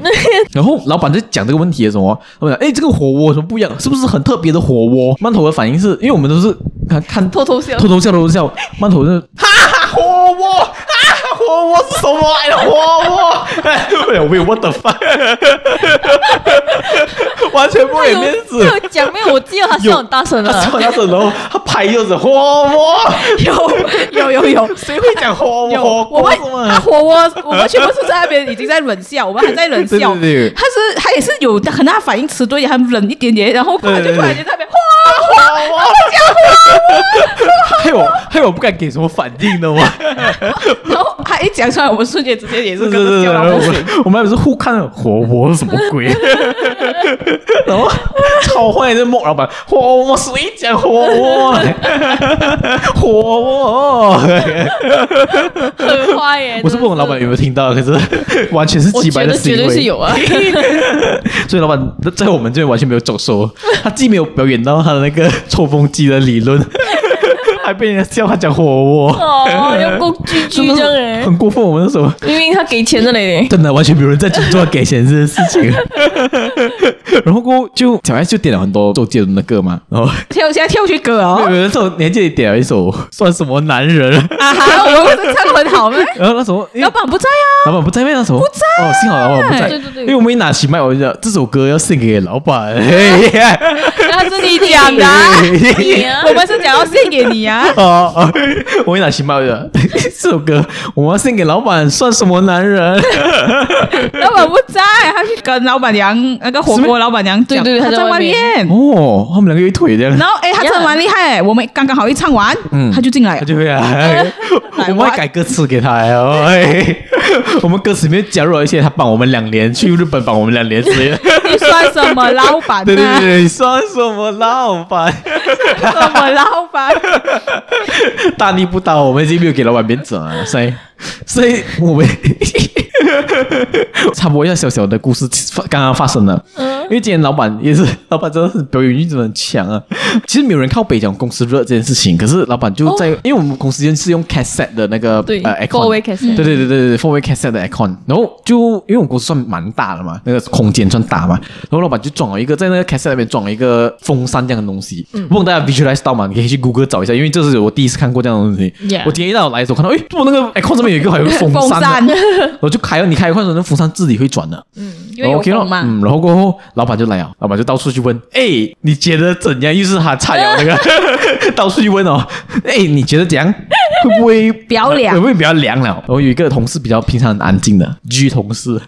然后老板在讲这个问题的时候哦，老板讲：“哎，这个火锅有什么不一样？是不是很特别的火锅？”馒头的反应是因为我们都是看看
偷偷笑
偷偷笑，偷偷笑，馒头就是哈哈火锅。哈哈火锅是什么来的火锅？哎，我没有 what the fuck，完全不
他
给
有
面子。
他有讲没有？我记得他笑很大声啊
他
了。
笑他是，然后他拍就是火锅，
有有有有
谁会讲火
有，
火
我
锅
们啊
嘛？
火锅，我们全部是在那边已经在冷笑，我们还在冷笑。
对对对
他是他也是有很大反应迟钝，也很冷一点点，然后他就突然间在那 边，
火锅 害我害我不敢给什么反应的嘛？
哗然后他一讲出来，我们瞬间直接也是
是
跟
是是
着
是，
笑
然
到
后
不行。
我我们还不是互看火锅是什么鬼？然后超坏的莫老板，火锅谁讲火锅？火锅，
很坏耶！
我是不懂老板有没有听到，可是完全是
我
几
觉
百的
得
行
绝对是
为。
有啊，
所以老板在我们这边完全没有走收，他既没有表演到他的那个抽风机的理论，还被人家笑他讲火锅，
哦，要够句句这 样哎，
很过分。我们那时候
明明他给钱的嘞，
真的完全没有人在去做给钱这件事 情。然后过后就小 S 就点了很多周杰伦的歌嘛，然后
跳现在跳去
啊
歌
有
哦，
人时候年纪点了一首算什么男 人，
啊哈，我们不是唱得很 好吗？
然后那时候因为
老板不在啊，
老板不在面那时候不在哦，幸好老板不在，
对对对
因为我们一拿起麦我就讲这首歌要献给老板。
那
是你讲的啊，
你啊
我们是想要献给你啊。
哦哦，我跟你讲，新麦的 这首歌，我们要献给老板，算什么男人？
老板不在，他去跟老板娘那个火
是吗
锅老板娘讲，
对对对
他
他在
外
外面
面。
哦，他们两个一腿这样，
然后哎，他真的蛮厉害，我们刚刚好一唱完
嗯，
他就进来
他
了。
就会来，哎我们会改歌词给他哦。哎 我们歌词里面加入了一些他绑我们两年，去日本绑我们两年之类 的。
你算什么老板啊
对对对
呢？
对，你算什么老板？
什么老 板？
大逆不道，我们已经没有给老板面子了，所以，所以 我们插播一下小小的故事，发刚刚发生了。嗯，因为今天老板也是，老板真的是表演欲真的很强啊。其实没有人靠北讲公司热这件事情，可是老板就在，因为我们公司间是用 cassette 的那个
哦对
呃 aircon
，four-way cassette
对对对对对 four way cassette 的 aircon，然后就因为我们公司算蛮大的嘛，那个空间算大嘛，然后老板就装了一个在那个 cassette 那边装了一个风扇这样的东西，不懂大家 visualize 到嘛？你可以去 Google 找一下，因为这是我第一次看过这样的东西。
Yeah
我今天一到来的时候看到，哎，我那个 aircon 上面有一个还有个风
风
扇的，
扇
我就开了，你开 aircon 的时候那风扇自己会转的。
因为有
OK 咯
风嘛。
嗯，然后过后老板就来了，老板就到处去问，哎，你觉得怎样？又是他菜哦，那个到处去问哦，哎，你觉得怎样？会不会
比较凉
会不会比较凉了？我有一个同事比较平常很安静的 G 同 事，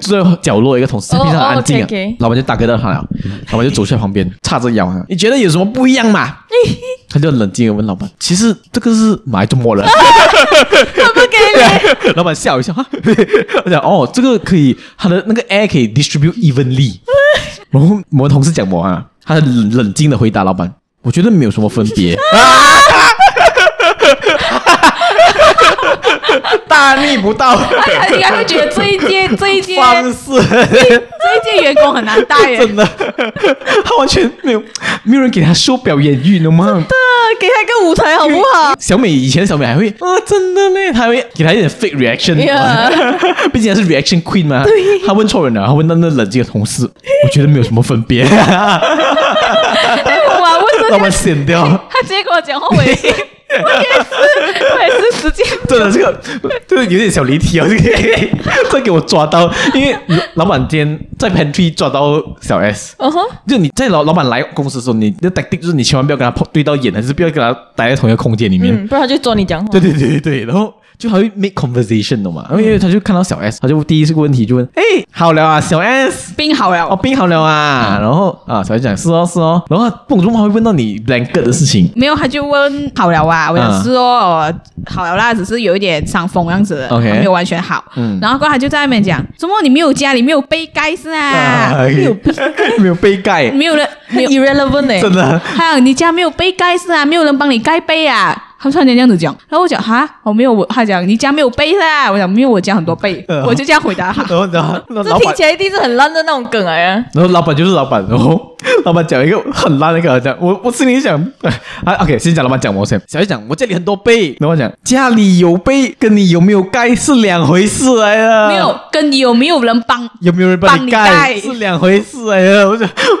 就在角落一个同事
哦
平常很安静的，
哦，OK，OK
老板就打给到他了，老板就走去旁边，叉着腰，你觉得有什么不一样嘛？ 他就冷静的问老板，其实这个是马来中国人。 老板笑一笑，哈我讲哦，这个可以，他的那个 air 可以 distribute evenly。然后我们同事讲我啊，他很冷静的回答老板，我觉得没有什么分别。 大逆不道，
他应该会觉得这一届、这一届、
方式
这一届员工很难带耶。
真的， 他完全没有没有人给他说表演欲的吗？
给他一个舞台好不好？
小美以前小美还会，啊，真的嘞，她还会给她一点 fake reaction，、毕 竟她是 reaction queen 嘛。她问错人了，她问到那冷静的同事，我觉得没有什么分 别，
哎，我啊，为什
让我
么
剪掉。
他直接跟我讲话，我也是，我也是，我也是直接。
真的，这个这个有点小离题 哦，这个这给我抓到，因为老板今天在 pantry 抓到小 S，
嗯哼，
就你在老老板来公司的时候，你的 tactic 就是你千万不要跟他碰对到眼，还是不要跟他待在同一个空间里面。
嗯，不然他就抓你讲话。
对对对对对，然后就还会 make conversation 的嘛，然后因为他就看到小 S，他就第一个问题就
嗯
问，哎，好了啊，小 S。
病好了
哦，，病好了
嗯
啊，然后啊，小 S 讲是哦是哦，然后他蹦中还会问到你 blanket 的事情，
没有，他就问好了啊，我想是哦，好了啦，只是有一点伤风这样子
嗯 OK
没有完全好。
嗯
然后过后他就在那边讲，怎么你没有家里没有杯盖 是啊，
哎
没有没有杯盖，
嗯
没有人没 有，
Irrelevant 哎、
真 的，
还有你家没有杯盖是啊，没有人帮你盖杯啊。他突然间这样子讲，然后我讲哈，我没有我，他讲你家没有杯是啊，我讲没有，我家很多杯，
嗯
我就这样回答他。
然后你知道那
这
老
听
板
起，来一定是很烂的那种梗来啊！
然后老板就是老板，然后 老板讲一个很烂的一个讲，我我心里想， 啊 OK，先讲老板讲我先，小 S 讲我这里很多杯，老板讲家里有杯跟你有没有盖是两回事来的，
没有跟你有没有人帮？
有没有人帮
帮
你
你
盖
盖
是两回事 哎呀！我就我我这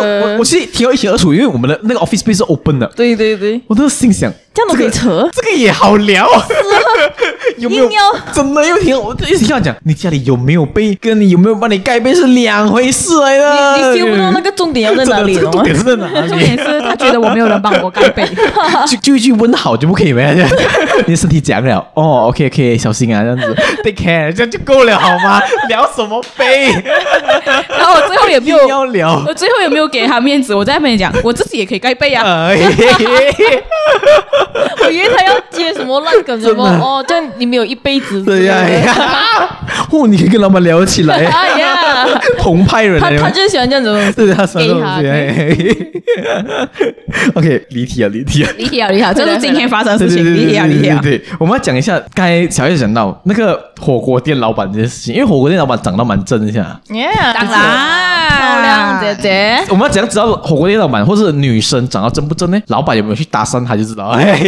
呃
我我其实挺要一清二楚，因为我们的那个 office space 是 open 的，
对对对，
我都心想
这样都可以扯，
这个也好聊，啊 有没有
硬要？
真的又挺我就一直要讲，你家里有没有被跟你有没有帮你盖被是两回事来
你
的。
你 feel 不到那个重点要在
真
哪
的
里
啊这个
了
重
吗？
点是在哪
重
里
点？是他觉得我没有人帮 我盖杯。
就就一句问好就不可以吗？ 你身体讲了哦，OK OK，小心啊，这样子 take care，这样就够了好吗？聊什么杯？
然后我最后也没有
不要聊。
我最后有没有给他面子？我在那边讲，我自己也可以盖被啊。
哎，
我以为他要接什么烂梗什 么
真的
哦，这样你们有一辈 子
对呀哎呀，哦，你可以跟老板聊起 来，
哎呀，
同派人
他
来
他就是喜欢这样子的东西。
对他什么东西
给他
哎？OK，离 题啊，离 题啊。
离题啊，离题啊，这是今天发生的
对
事
对
情，
对对
离题啊，离
对
题
对
啊。
对，我们要讲一下刚才小叶讲到那个火锅店老板这件事情，因为火锅店老板长得蛮正一 下。
Yeah，
当然，
漂亮姐姐。
我们要怎样知道火锅店老板或是女生长得正不正呢？老板有没有去搭讪他就知道。哎，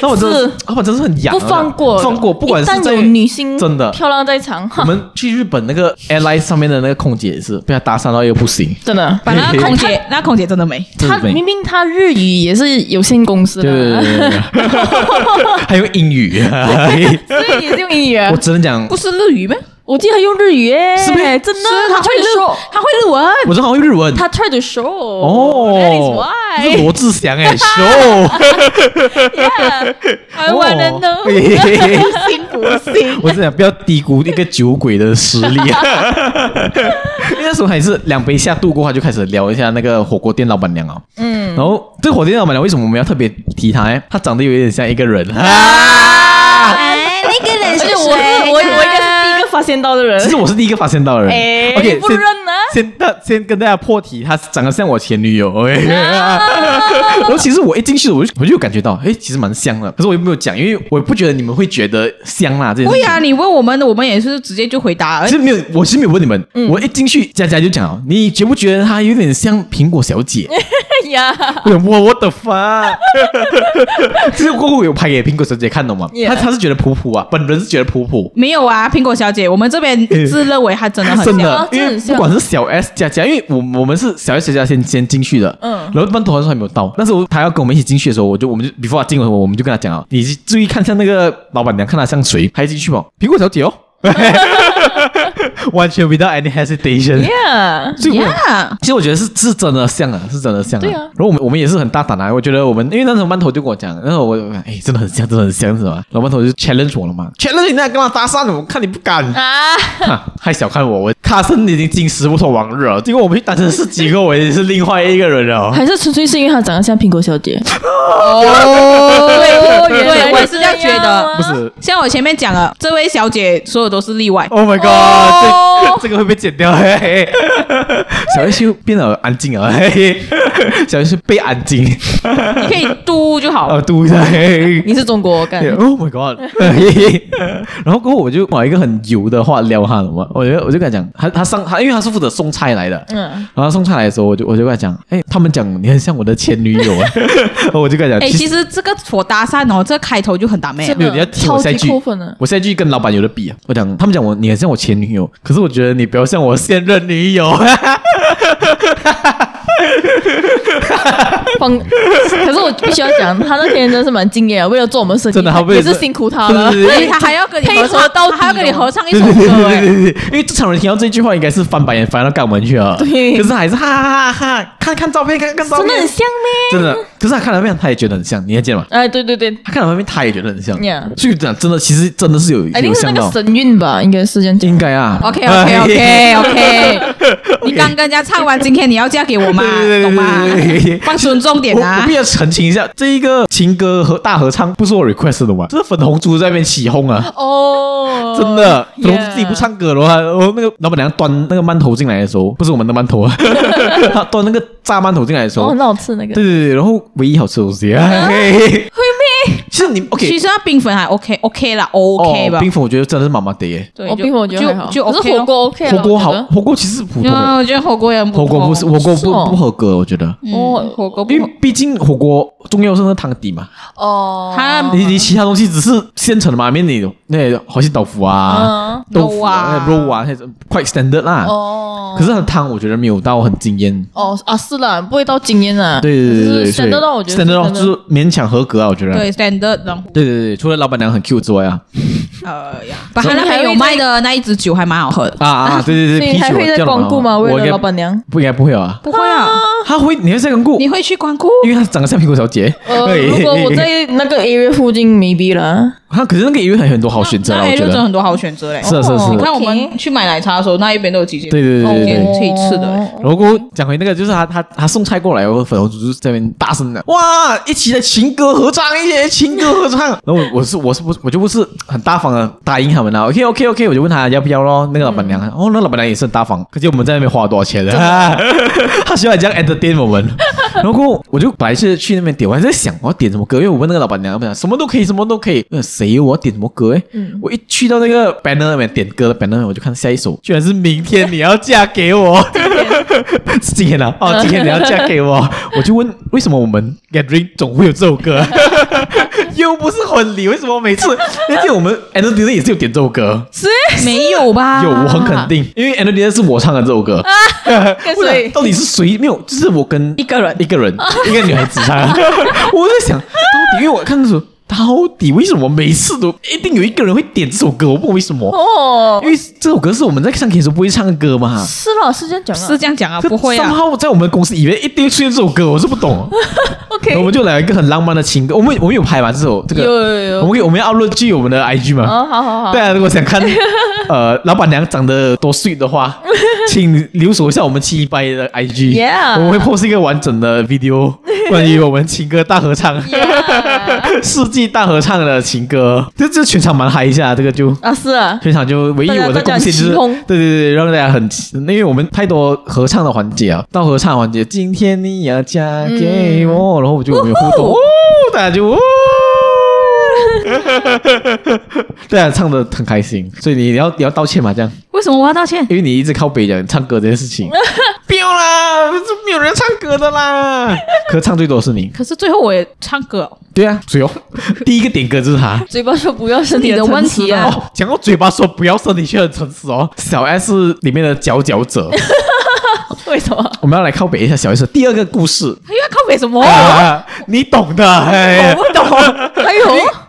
那我真的
呃是
老板真的是很洋
不
的，
放过，
放过，不管
一
是
旦
在
有女星
真的
漂亮在场，
我
哈，
们去日本那个 airline 上面的那个空姐也是被她搭讪到一个不行。
真的。
把那空姐，那空姐真的美。
他
日本
明明他日语也是有限公司
对对
的，
对对对， 还有英语，
所以也是用英语啊
我。只能讲，
不是日语吗？
我记得他用日语耶，
是咩
真的啊
是，他
他
会
try to
日
show，，
他会日文。
我正好会日文。
他 try to show。
哦
that is，
这是
why。
罗志祥哎，show，
I wanna
哦哎
know。
know，辛苦辛， 我真的不要低估一个酒鬼的实 力。因为那时候还是两杯下肚过后，他就开始聊一下那个火锅店老板娘哦。嗯，然后这个火锅店老板娘为什么我们要特别提她？哎，她长得有点像一个人。啊
哎，那个人是我是我我应该是第一个发现到的 人
其。实我是第一个发现到的人。
哎
OK，
你不
先
认呢
先大先跟大家破题，她长得像我前女友。OK，然
啊
后其实我一进去，我就我就有感觉到，哎，其实蛮像的。可是我又没有讲，因为我不觉得你们会觉得像啦。这件事
会
情
啊，你问我们的，我们也是直接就回答。哎而
其实没有，我是没有问你们。
嗯
我一进去，佳佳就讲了，你觉不觉得她有点像苹果小 姐？
哎呀，
我我我的妈！ 这个过后我有拍给苹果小姐看的嘛？
Yeah
她她是觉得普普啊，本人是觉得普普。
没有啊，苹果小姐，我们这边自认为她真的 很
真
像。
的，因为
真的很
不
像
管是小 S 加加，因为我我们是小 S 加加先先进去的，
嗯
然后班头还是还没有到，但是我他要跟我们一起进去的时候，我就我们就 before 他进的时候，我们就跟他讲啊，你注意看向那个老板娘，看她像谁，还进去吗？苹果小姐 哦，完全 without any hesitation。
yeah，
所以我
Yeah
其实我觉得是是真的像啊，是真的像、啊。
对啊
然后我们我们也是很大胆啊，我觉得我们因为那时候馒头就跟我讲，那时候我哎真的很像，真的很像是吧？老馒头就 challenge 我了嘛，challenge 你那干嘛搭讪我？看你不敢
啊，
哈，太小看我，我卡森已经进食不同往日了，结果我们去单身十几个，我也是另外一个人 了。
还是纯粹是因为她长得像苹果小姐。
对
哦
对，我也是这样觉得。
不是
像我前面讲了，这位小姐所有都是例外。
，Oh my God，、
哦
这这个会被剪掉嘿嘿。小 S 就变得安静了，嘿嘿小 S 被安静
你可以嘟就好。
啊，嘟一下。嘿嘿
你是中国干？
Oh my god！嘿 嘿然后过后我就把一个很油的话撩他了嘛，我觉得我就跟他讲，他他上他因为他是负责送菜来的，
嗯，
然后送菜来的时候，我就我就跟他讲，哎，他们讲你很像我的前女友啊，然后我就跟他
哎，
讲，
其实这个我搭讪哦，这个开头就很打妹啊
是。
没有，你要听我下一句
超级扣分啊，
我下一句跟老板有的比啊。我讲，他们讲我你很像我前女友，可是我觉得你不要像我现任女 友。
放。可是我必须要讲，她那天真的是蛮敬业啊，为了做我们生意，
真的她为了
也是辛苦她了。
对对
对，她还要跟你合
配合
唱，
到底哦
她还要跟你合唱一
对
首
对对
歌
对
哎。
对对，因为正常人听到这句话应该是翻白眼翻到肛门去 啊。
对
可是还是哈哈哈哈，看看照片，看看照片，
真的很像咩？
真的。可是他看了面，他也觉得很像，你还记得吗？
哎，对对对，
他看了外面，他也觉得很像。
Yeah
所以讲真的，其实真的是有
一
有
定是
像
那
到
个，神韵吧，应该是这样讲。
应该啊。
OK OK OK OK，你刚跟人家唱完，今天你要嫁给我吗？
哎对对对对
懂吗
对对对？
放尊重点
我我
啊
必！须要澄清一下，这一个情歌和大合唱不是我 request 的嘛？这是粉红猪在那边起哄啊！
哦，
真的，
Yeah
粉红猪自己不唱歌的话，然后那个老板娘端那个馒头进来的时候，不是我们的馒头啊， 她端那个炸馒头进来的时
哦，
候
很，好吃那个
对对对，然后唯一好吃的东西啊，嘿嘿嘿其实你 OK
其实它冰粉还 OK OK 啦
哦
，OK 吧？
冰粉，我觉得真的是麻麻的耶。
对，
哦，
就
冰粉我觉得还好，
就就
可是
OK 咯
火锅 OK
火
啦
锅好
啊我觉，得
火锅其实普通
啊，
的，
我觉得火锅也很嗯
火锅不是火锅
是
不
哦
不合格，我觉得，
哦火锅不
因为毕竟火锅重要是那汤底嘛，
哦，
它
你你其他东西只是现成的嘛，面你那好像豆腐啊、
嗯
豆腐啊、
肉啊
肉啊，那种 quite standard 啦。
哦
可是它的汤我觉得没有到很惊艳。
哦啊是啦，不会到惊艳啊，
对对对对，
就是 standard 到我觉得
standard 到
是
就
真的
是勉强合格啊，我觉得。
对 standard，然后
对对对，除了老板娘很 Q 之外啊，
呃呀，把他那边有卖的那一支酒还蛮好喝的。
啊啊，对 对
所
对，
以
啤
你
酒
还会再
叫了
光顾吗？
我
为
应
了
该
老板娘，
不应该不会啊，
不会啊，
他会，你会再光顾，
你会去光顾？
因为他长得像苹果小姐。
呃，
对
如果我在那个 area 附近，maybe 啦。
他可是那个也有很很多好选择
那
啊，
那
我
也
觉
就真的
得。
很多好选择嘞。
是啊是啊
哦
是
你
啊。
看我们去买奶茶的时候，那一边都有几间，
对对对对对
可以吃的。
然后过后讲回那个，就是他他他送菜过来，我粉红猪就在那边大声的哇，一起来情歌合唱，一起来情歌合唱。 然后我我是我是不我就不是很大方的答应他们啦，OK OK OK，我就问他要不要咯。那个老板娘，哦，那老板娘也是很大方，可是我们在那边花了多少钱的？ 他喜欢这样 entertain 我们。 然后过后我就本来是去那边点，我还在想我要点什么歌，因为我问那个老板娘，老板娘什么都可以，什么都可以。呃，谁我要点什么歌？哎、我一去到那个 banner 那边点歌的 banner，那边我就看下一首，居然是明天你要嫁给我。 是今天啊，
嗯
哦，今天你要嫁给 我，我就问为什么我们 Gathering 总会有这首歌，又不是婚礼，为什么每次？而且我们 a n d r e w 也是有点这首歌，
没有吧？
有，我很肯
啊
定，因为 a n d r e w 是我唱的这首歌，
跟
不然
谁
到底是谁？没有，就是我跟
一个人
一个 人，一个女孩子唱， 我在想，到底因为我看的时候。到底为什么每次都一定有一个人会点这首歌？我不懂为什么，
哦，
因为这首歌是我们在上 K 的时候不会唱的歌嘛。
是啦，是这样讲啊，
是这样讲啊，不会啊
然。后在我们公司里面一定会出现这首歌，我是不懂。然后 我
OK，
们就来一个很浪漫的情歌，我们我们有拍完这首这
有
个，
有
我们
有，
可以我们要 upload 去我们的 IG 吗？
哦，好好好
对，啊，如果 想看呃老板娘长得多 sweet 的话，请留守一下我们七一八的 IG，
Yeah
我们会 post 一个完整的 video 关于我们情歌大合唱，
Yeah
世纪大合唱的情歌，这这全场蛮嗨一下，这个就。
啊，是啊，
全场就唯一我的贡献就是
大家大家起哄，
对对对，让大家很，因为我们太多合唱的环节啊，到合唱环节，今天你要嫁给我，
嗯
然后我就我们有互动，哦， 大家就，哦、对啊，唱的很开心，所以你要你要道歉嘛，这样，
为什么我要道歉？
因为你一直靠北讲唱歌这件事 情，不要啦，这没有人唱歌的啦，可是唱最多是你，
可是最后我也唱歌 哦，
对啊，所以哦，第一个点歌就是他，
嘴巴说不要是
是你的问题啊
哦，讲到嘴巴说不要生理却很诚实哦。小 S 里面的佼佼者，
为什么？
我们要来靠北一下小 S 第二个故事，
他又要靠北什么？
哎
啊 你懂的。哎
哦我不懂，还有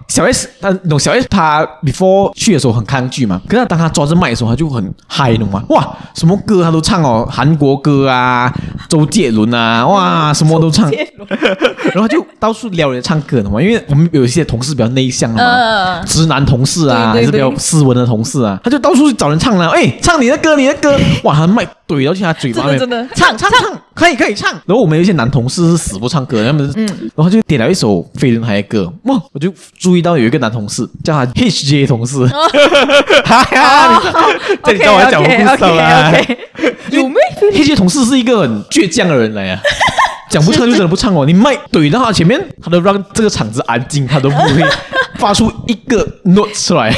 小 S，他懂小 S，他 before 去的时候很抗拒嘛，可是他当他抓着麦的时候，他就很嗨，你懂吗？
嗯
哇，什么歌他都唱哦，韩国歌啊，周杰伦啊，哇，什么都唱， 然后就到处撩人唱歌，你懂吗？因为我们有一些同事比较内向的嘛，
呃，
直男同事啊，
对
还
对
是比较
对
斯文的同事啊，他就到处去找人 唱啦、哎、唱你的歌，你的歌，哇，他麦怼到去他嘴巴里面，
真的真的
唱唱唱，可以可以唱。然后我们有一些男同事是死不唱歌，他们，嗯，然后就点了一首飞轮海的歌，哇，我就注意到有一个男同事叫他 HJ 同事，
哦
哈哈，你知道这你知道我要讲我故事了吗
OK，OK，OK
有没？HJ 同事是一个很倔强的人来 啊。讲不唱就真的不唱哦，你麦怼到他前面，他都让这个场子安静，他都不 会发出一个 note 出 来。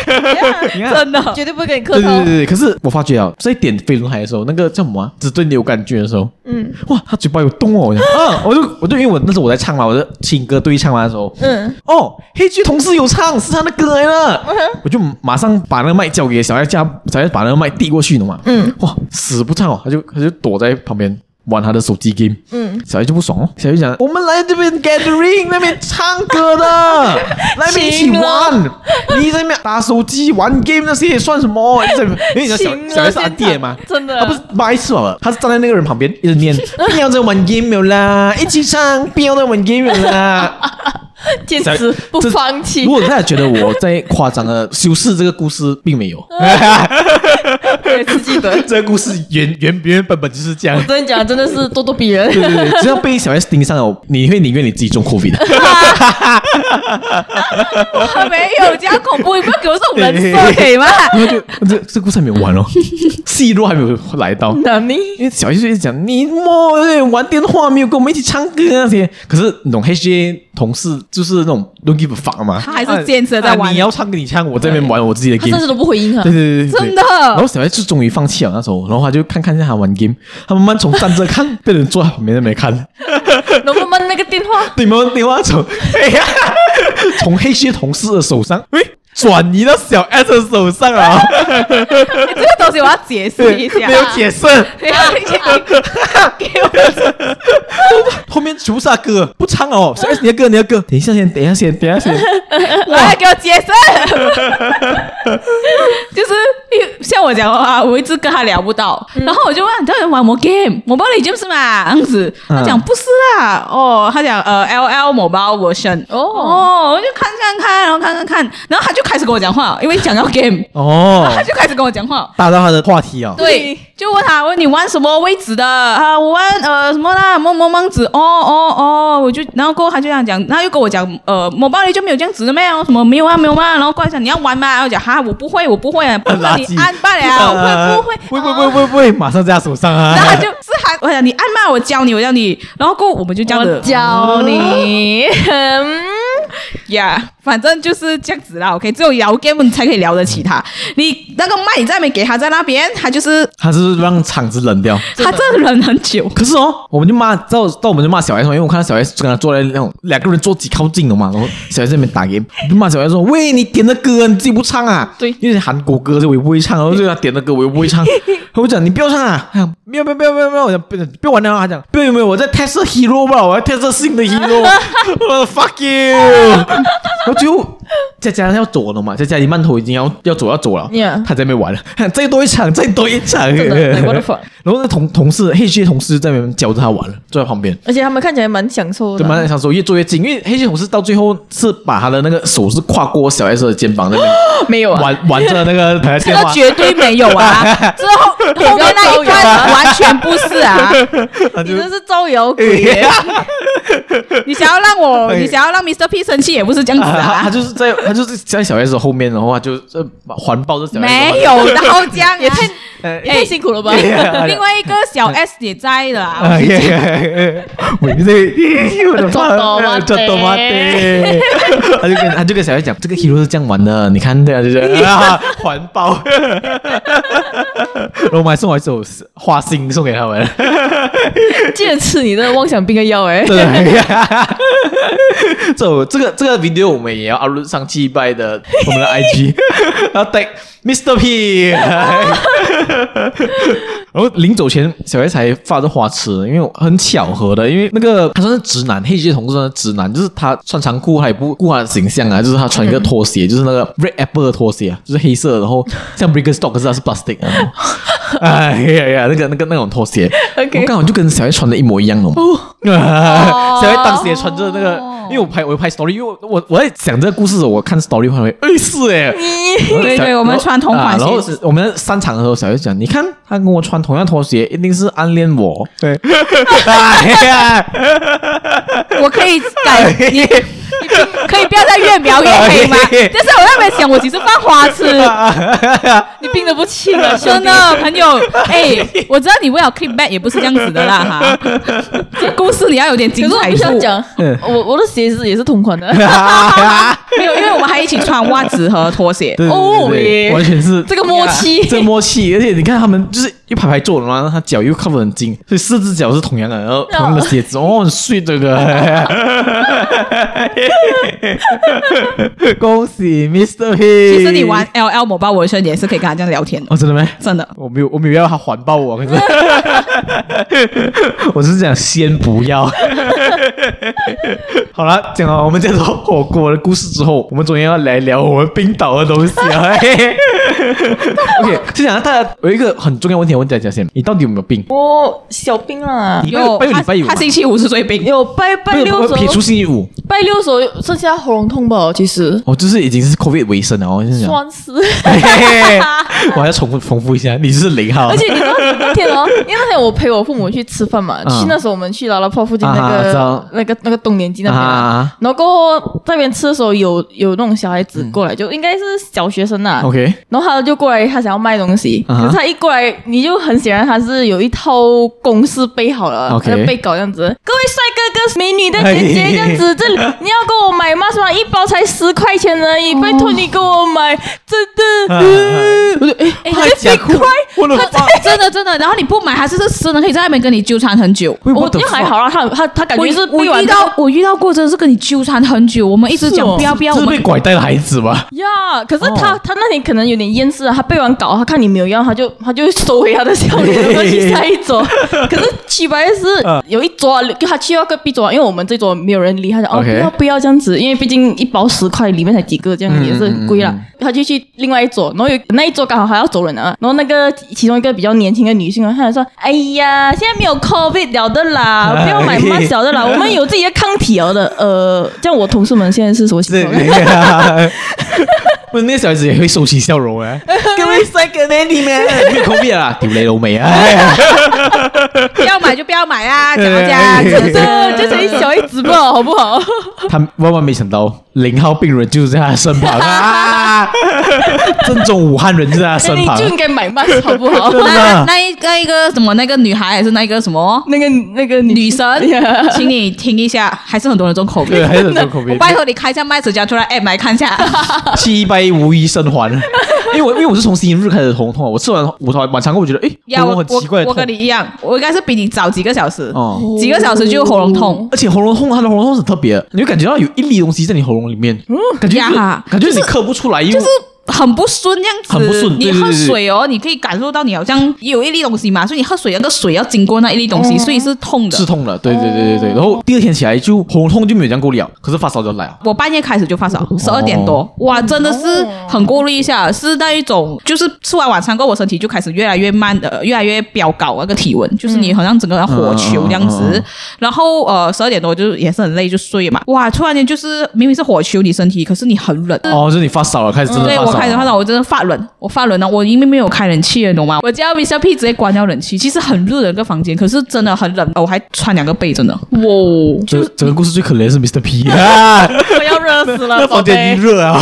你看，
真 的绝对不会跟你客
对对
套
对。对，可是我发觉啊，在点飞轮海的时候，那个叫什么、啊，只对你有感觉的时候，嗯，哇，他嘴巴有动哦，我讲，啊，我就我就因为我那时候我在唱嘛，我的情歌对唱嘛的时候，
嗯，
哦，黑剧同事有唱，是他的歌来了，我就马上把那个麦交给小艾家，小艾把那个麦递过去，你懂吗？嗯，哇，死不唱哦，他就他就躲在旁边。玩他的手机 game，嗯，小艾就不爽哦。小艾就讲：“我们来这边 gathering 那边唱歌的， 来那边一起
行了
玩，你在那边打手机玩 game 那些也算什么？你在因为你知道小
行了
小艾是阿爹嘛，啊
现场真的
他不是白痴了，他是站在那个人旁边一直 念：不要再玩 game 了啦，一起唱，不要再玩 game 了啦。
坚持不放弃
如。果大家觉得我在夸张的修饰这个故事，并 没有，
对，自己的，
这个故事原原原本本就是这样。
真的讲真的是咄咄逼人。
对对对，只要被小 S 盯上了，你会宁愿你自己中 COVID 的。
他没
哎
有这样恐怖，你不要给我这种人设 可以吗？
然后就这这故事还没有 完哦，戏路还没有来到。
那你
因为小 S 就一直讲你莫对玩电话，没有跟我们一起唱歌那些。可是你懂 HJ 同事就是那种 don't give a fuck 嘛，
他还是坚持地在玩
啊你要唱跟你唱，我这边玩我自己的
他甚
game
至。都不回应啊
对。对对对对，
嗯真的
然后小 S 就终于放弃了那时候，然后他就看看一下他玩 game，他慢慢从站着看，变成坐在旁边那边看。
然后慢慢那个电话，
你们电话从哎呀，从黑些同事的手上，喂，转移到小 S 的手上啊，
这个东西我要解释一
对，
下
没。有解释。
等一下等一下给我
后面全部是他歌，不唱哦，小 S 你的歌，你的歌，等一下先，等一下先，等一下 先。
来哎给我解释， 就是因为像我讲的话，我一直跟他聊不到，然后我就问你到底玩什么 game，我 l e g a m e 是嘛？这样子，他讲
嗯
不是啦，哦，他讲呃 L L mobile version，
哦
哦，我就看看看，然后看看看，然后他就开始跟我讲话，因为讲到 game，
哦，
他就开始跟我讲话。
搭到他的话题哦。
对，就问他问你玩什么位置的啊？我玩呃什么啦，摸摸盲子，哦哦哦，我就然后过后他就这样讲，他又跟我讲呃，某暴力就没有这样子的没有什么没有啊没有嘛，然后过来讲你要玩嘛，然后我讲哈我不会我不会啊，不
很垃
会
圾
你按罢
呃
了，我会不
不
会？
会不会不会不会，马上在他手上啊
然！后他就是他，我讲你按嘛，我教你，我教你，然后过后我们就这样
我
子
教你。嗯
呀反正就是这样子啦。OK，只有聊 game 你才可以聊得起他。你那个麦你再没给他在那边，他就是
他是不是让场子冷掉。
他这个人很久，
可是哦，我们就骂到到我们就骂小 S 嘛，因为我看到小 S 跟他坐在那种两个人坐几靠近的嘛，然后小 S 在那边打 game，我就骂小 S 说：“喂，你点的歌你自己不唱啊？”
对
因为是韩国歌，所以我也不会唱，然后就他点的歌我又不会唱，然后我讲你不要唱啊，他讲没有没有没有没有没有，我讲不不要玩了，他讲不要没有，我在 test hero 吧，我要 test 新的 hero，我说 fuck you，然后最后佳佳要走了嘛，佳佳你慢头已经要要走要走了
Yeah
他在那边玩了，再多一场再多一场，
真 的，like what the fuck
然后那同同事黑区同事在那边教着他玩了，坐在旁边。
而且他们看起来蛮享受
对，
的。
蛮想说越做越近，因为黑区同事到最后是把他的那个手是跨过小 S 的肩膀那边
没有 啊，
玩玩着那个台
这
电
个
话，
绝对没有啊！之后后面那一段完全不是啊！
他就
你真是招摇鬼耶！
你想要让我，
哎
你想要让 Mr. P 生气也不是这样子
啊他他
啊，
就是在他就是在小 S 后面，然后他就呃环抱着小 S，
没有到这样啊，也太
呃，
也哎太辛苦了 吧？
另外一个小 S 也在的啊，
啊耶！我一直我的妈
Toto Mate
这多妈 的，他就跟他就跟小 S 讲，这个 hero 是这样玩的，你看对啊，就是啊环 抱，然后我们还送了一首花心送给他们，
记得吃你的妄想病的药 哎、
对，这我这个这个 video 我们也要 upload 上祭拜的我们的 IG，然后 tag Mr P，然后临走前小 S 还发着花痴，因为我很巧合的，因为那个他算是直男，黑街同事的直男，就是他穿长裤他也不顾他的形象啊，就是他穿一个拖鞋，就是那个 Red Apple 的拖鞋啊，就是黑色的，然后 像 Birkenstock 可是它是 plastic 啊，哎呀呀，那个那个那种拖鞋
OK
我刚好就跟小 S 穿的一模一样了嘛。啊 小 S 当时也穿着那个，因为我拍我有拍 story，因为我我我在讲这个故事的时候，我看 story 我会，哎是哎，然后
对
小
对我们穿同款
啊然后
鞋子
我们散场的时候，小 S 讲，你看他跟我穿同样拖鞋，一定是暗恋我。对，哎呀，
我可以改你。你可以不要再越描越黑吗？
哎
但是我那边想，我只是犯花痴，
你病得不轻啊，兄
真
弟。
的朋友。哎，我知道你为了 keep back 也不是这样子的啦哈。这故事你要有点精
可是我
彩
必须要
度。
讲，
嗯
我我的鞋子也是同款 的，
没有，因为我们还一起穿袜子和拖鞋。
对对对对
哦耶
完全是
这个默契。
这默契，而且你看他们就是一排排坐的嘛，然后他脚又靠得很近，所以四只脚是同样的，然后同样的鞋子，哦，很碎这个。恭喜 Mr. P。
其实你玩 L L 某包纹身也是可以跟他这样聊天的，
哎哦，真的没？
真的。
我没有，我没有要他环抱我，可是 我是想先不 要。好了，讲完我们这种火锅的故事之后，我们终于要来聊我们冰岛的东西了。 嘿嘿 OK，就想大家有一个很重要的问题，我问大家先，你到底有没有病？
我小病啦，
礼拜五拜六
他
礼拜五
他星期五是最冰，
有拜拜
不
六
是不是撇除
手，
星期五，
拜六手剩下喉咙痛吧，其实
我就是已经是 COVID 为生了，我跟你讲。
酸死。
嘿嘿嘿我还要重复重复一下，你是零号，
而且你知道那天哦，因为那天我陪我父母去吃饭嘛，
嗯
去那时候我们去劳拉泡附近那
啊知
个、
道
那个那个东年记那边、
啊啊啊
然后过后那边吃的时候有有那种小孩子过来，就应该是小学生呐、
嗯 OK
然后他就过来，他想要卖东 西，
啊哈
可是他一过来，你就很显然他是有一套公式背好了
OK
他就背稿这样 子。各位帅哥哥、美女的姐姐
哎
这样子，这里你要跟我买吗？什么一包才十块钱而已，拜托你给我买，真 的。
啊啊
嗯我就哎，
哎
他在
假
背
哭
快。
我的妈！
真的真的。然后你不买，还是这真的可以在那边跟你纠缠很久。
Wait,
我
what the
就还
fuck？
好啦，他他他感
我
觉是
我
背完
遇到我遇到过真的是跟你纠缠很久，我们一直
是
讲
哦
不要不要，
这
我
是被
们
拐带的孩子 吧？
呀可是他、
哦
他那天可能有点厌世啊，他背完稿，他看你没有要，他就他就收回他的笑脸，然后去下一 桌。可是曲白是
嗯
有一桌啊，就他去到隔壁桌啊，因为我们这桌没有人理他，讲哦
OK
不要不要这样子，因为毕竟一包十块，里面才几个，这样
嗯
也是很贵啦。他就去另外一桌，然后有那一桌刚好还要走人啊，然后那个其中一个比较年轻的女性啊，她就说：“哎呀，现在没有 COVID 了的 啦，不要买嘛小的啦，我们有自己的抗体了的。”呃，这样我同事们现在是什么情
对
况？
呀，不是那个小孩子也会收起笑容哎、各位帅哥美女们，没有空变 啦，丢雷龙梅啊！哎呀
不要买就不要买啊，讲到 这
哎
样真的
对，就
就
是是
一
一
小
小一直报，好不好？
他万万没想到，零号病人就是在他身 旁啊，正宗武汉人就在他身
你
旁
就。应该买慢，好不好？
真
那
的啊
那一那一个什么那个女孩还是那个什么
那个那个
女神
Yeah，
请你听一下，还是很多人中口
对，
碑。
还有种口
我
味，
拜托哎你开一下麦子讲出来 app 来看一下。
七拜无一生还。因为我因为我是从星期日开始头痛啊，我吃完午餐晚餐 后我觉得，哎，
呀，
喉咙
我
很
我
奇怪的
我
痛
跟你一样，我应该是比你早几个小时，
哦，
几个小时就喉咙痛。
而且喉咙痛，它的喉咙痛是很特别的，你会感觉到有一粒东西在你喉咙里面，哦感觉就是
嗯呀
感觉你咳不出来，因为
就是很不顺这样子。
很不顺对
你
对
喝
对对
水哦，你可以感受到你好像有一粒东西嘛，所以你喝水那个水要经过那一粒东西，所以是痛的哦
刺。哦痛了，对对对对对。然后第二天起来就喉咙痛就没有这样过了，可是发烧就来了。
我半夜开始就发烧，十二点多，哇，真的是很过滤一下，是那一种，就是吃完晚餐过后，我身体就开始越来越慢的，越来越飙高那个体温，就是你好像整个人火球这样子。
嗯嗯嗯嗯
然后呃，十二点多就是也是很累，就睡嘛，哇，突然间就是明明是火球，你身体可是你很冷，
哦，就是你发烧了，开始真的
呃对
发
我开的话，我真的发冷，我发冷了，我因为没有开冷气了，你懂吗？我家 V C P 直接关掉冷气，其实很热的一个房间，可是真的很冷，我还穿两个被，真的。
哇，
整整个故事最可怜的是 Mr. P 啊，
我要热死了，
那
宝
房间已
贝
经。热啊，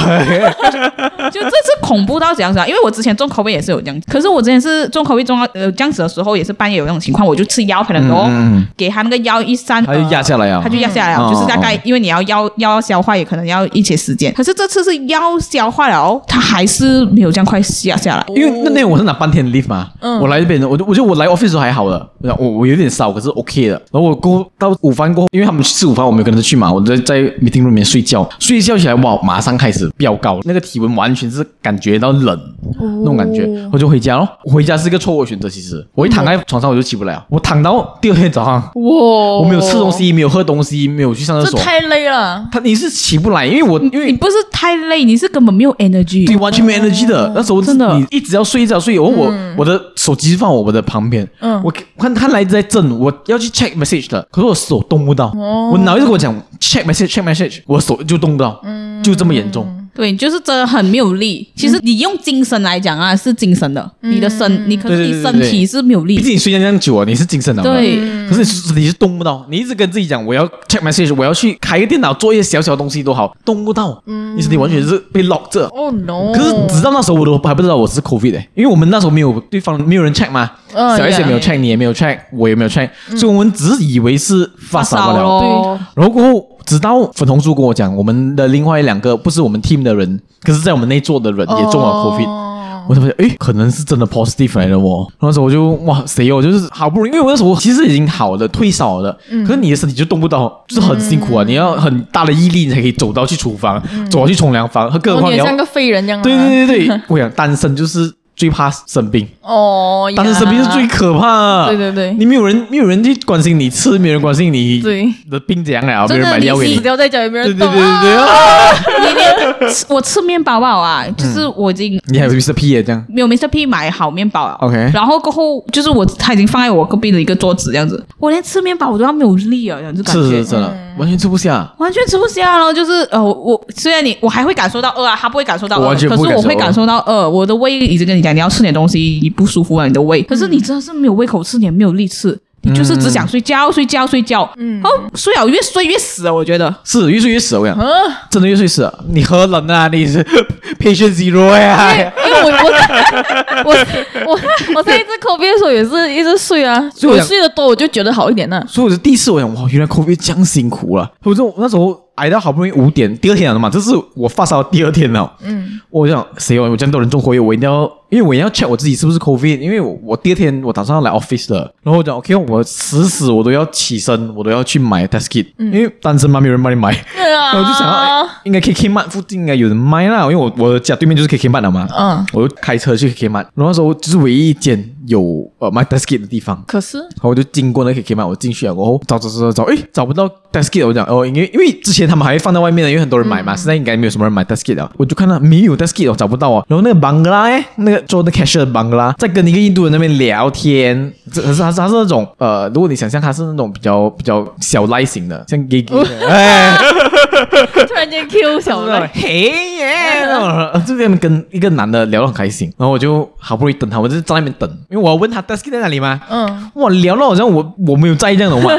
就这次恐怖到怎样子啊？因为我之前中 COVID 也是有这样子，可是我之前是中 COVID 中到呃这样子的时候，也是半夜有那种情况，我就吃药可能然后
嗯嗯嗯
给他那个药一三，
他就压下来啊
哦他。就压下来了，
嗯
就是大概
哦哦
因为你要药药消化，也可能要一些时间。可是这次是药消化了哦，它还是没有这样快下下
哦
来。
因为那那天我是拿半天的 leave 嘛，
嗯
我来这边，我就我觉得我来 office 的时候还好的，我我有点少，可是 OK 的。然后我过后到午饭过后，因为他们去吃午饭，我没有跟着去嘛，我在在 meeting room 里面睡觉，睡一觉起来哇，马上开始飙高，那个体温完全是感觉到冷、那种感觉，
哦
我就回家咯。回家是一个错误的选择，其实我一躺在床上我就起不来了，我躺到第二天早上，
哇，
我
我
没有吃东，西，没有喝东西，没有去上厕
哦这
所，
太累了。
他你是起不来，因为我因为
你不是太累，你是根本没有 energy。
对，完全没 energy 的。那时候
真的嗯
你一直要睡，一直要睡。我我、我的手机放我的旁边，
嗯
我看他来直在震，我要去 check message 的，可是我手动不到。
哦
我脑一直跟我讲 check message check message，我手就动不到，
嗯
就这么严重。
对，就是真的很没有力。其实你用精神来讲啊，是精神的，你的身，你可
对
是
对对
你
对
身体是没有 力
毕。竟你睡觉这样久啊，你是精神的。
对，
可是你是你是动不到，你一直跟自己讲我要 check message，我要去开个电脑做一些小小东西都好，动不到，
嗯
你身体完全是被 lock 着。
Oh no！
可是直到那时候我都还不知道我是 COVID 哎、因为我们那时候没有对方没有人 check 嘛，
嗯
小 S 也没有
yeah
check，你也没有 check，我也没有 check，、所以我们只以为是发烧
发
了。
烧咯
然后过后，直到粉红猪跟我讲，我们的另外两个不是我们 team 的人，可是在我们那座的人也中了 COVID，、
哦
我才发现，诶，可能是真的 positive 来的哦。那时候我就哇谁哦，就是好不容易，因为我那时候其实已经好了，退烧了，
嗯
可是你的身体就动不到，就是很辛苦啊，你要很大的毅力，你才可以走到去厨房，走到去冲凉房，更何
嗯哦
况
你
你
也
要
像个废人一样啊。
对 对对 对，我想单身就是最怕生病，
哦，
单身
呀
生病是最可怕的。
对对对
你没有人没有人去关心你吃，没有人关心你
对
的病怎样了，没
真
人
的
买药给
你
你。
死
对
掉在家也没
对
人
对
懂
对
啊。
对， 啊
你连吃我吃面包吧啊，
嗯
就是我已经
你还是 Mr. P 也这样。
没有 Mr P 买好面包了
OK
然后过后就是我他已经放在我隔壁的一个桌子这样子，我连吃面包我都要没有力啊，这样子感
是
觉
是真的，
嗯
完全吃不下。
完全吃不下了，就是呃，我我虽然你我还会感受到饿啊，他不会感受到
我
饿，
完全
可
不
是
会
我会
感
感
受
受到饿，我的胃已经跟你讲你要吃点东西，你不舒服啊，你的胃，
嗯
可是你真的是没有胃口吃，你也没有力吃，你就是只想睡觉睡觉睡觉，嗯，哦，睡啊越睡越死啊，我觉得。
是越睡越死，我 跟你讲，
嗯，
真的越睡越死。你喝冷啊，你是 patient zero 呀。
因为我我我我我上一次 COVID 的时候也是一直睡啊，
所以我
我
想
睡得多我就觉得好一点啊呢。
所以我是第一次，我想哇，原来 COVID 这样辛苦了。我就那时候挨到好不容易五点，第二天了嘛，这是我发烧第二天了。嗯，我就想谁哦，我这样多人中 COVID，我一定要，因为我一定要 check 我自己是不是 COVID，因为我我第二天我打算要来 office 的，然后我讲 OK，我死死我都要起身，我都要去买 test kit，、因为单身嘛，没有人帮你买。
对
然
啊，
后我就想到，哎应该 KK Mart 附近应该有人卖啦，因为我我的家对面就是 KK Mart 了嘛。
嗯，
我就开车去 KK Mart，然后那时候就是唯一一间有呃卖 test kit 的地方。
可是
然后我就经过那个 KK 嘛，我进去了，然后找找找找，诶，找不到 desk kit，我讲哦，因为因为之前他们还会放在外面的，因为很多人买嘛，现在应该没有什么人买 desk kit 了。我就看到没有 desk kit，我找不到哦。然后那个邦格拉，诶那个做那 cashier 的邦格拉，在跟一个印度人那边聊天，这可是他是他是那种呃，如果你想象他是那种比较比较小赖型的，像 gay gay 的，哎，
突然 间 Q 小
那种
赖，
嘿耶，那种就在那哎边跟一个男的聊得很开心，然后我就好不容易等他，我就站在那边等，因为我要问他 desk kit 在哪里嘛，
嗯，
哇，聊到好像我我没有在意这样的嘛。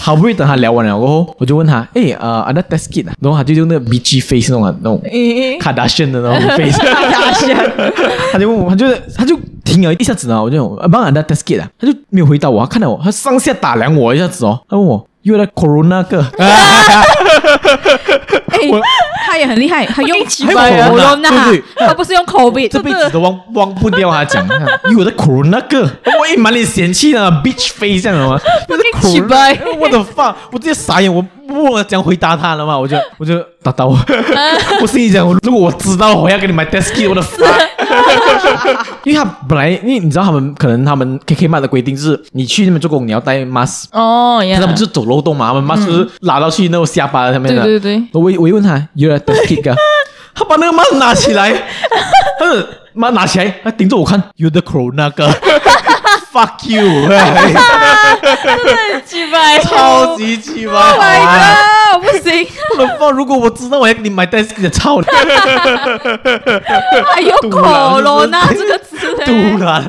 好不容易等他聊完了过后，我就问他，哎、呃，another desk kit 啊，然后他就用那个 B G face 那种啊那种
咦
哎
卡达炫的那种 face，他就问我，他就他就停了一下子呢，我就啊帮 another desk kit 啊，他就没有回答我，他看到我，他上下打量我一下子哦，他问我。又来 corona 个，
哎，他也很厉害，他用啊
还有 corona，对不对啊
他不是用 COVID，
这辈子都忘忘不掉他 讲，又来 corona 个， 我也满脸嫌弃啊，bitch face 这样的 吗？又在
起
corona，
掰
我的 fuck，我直接傻眼，我不我讲回答他了嘛，我就我就打 打我，我心里讲，如果我知道我要给你买 desk kit，我的 fuck，因为他本来因为你知道他们可能他们 KK m a 的规定是，你去那边做工你要带 mask，
哦呀
他，们就走漏洞嘛，他们 mask 就是拉到去那种下巴上面
对
的，
对对，
我我一问他，有来 desk kit 啊？ 他把那个帽子拿起来，他是妈拿起来，哎他顶着我看，you the corona girl。Fuck you！
鸡掰，
超级奇葩
Oh my god，我不行，
的放，如果我知道，我要给你买 desk 的，操你！
还有
堵了
口龙啊
是
这个词嘞，
堵了。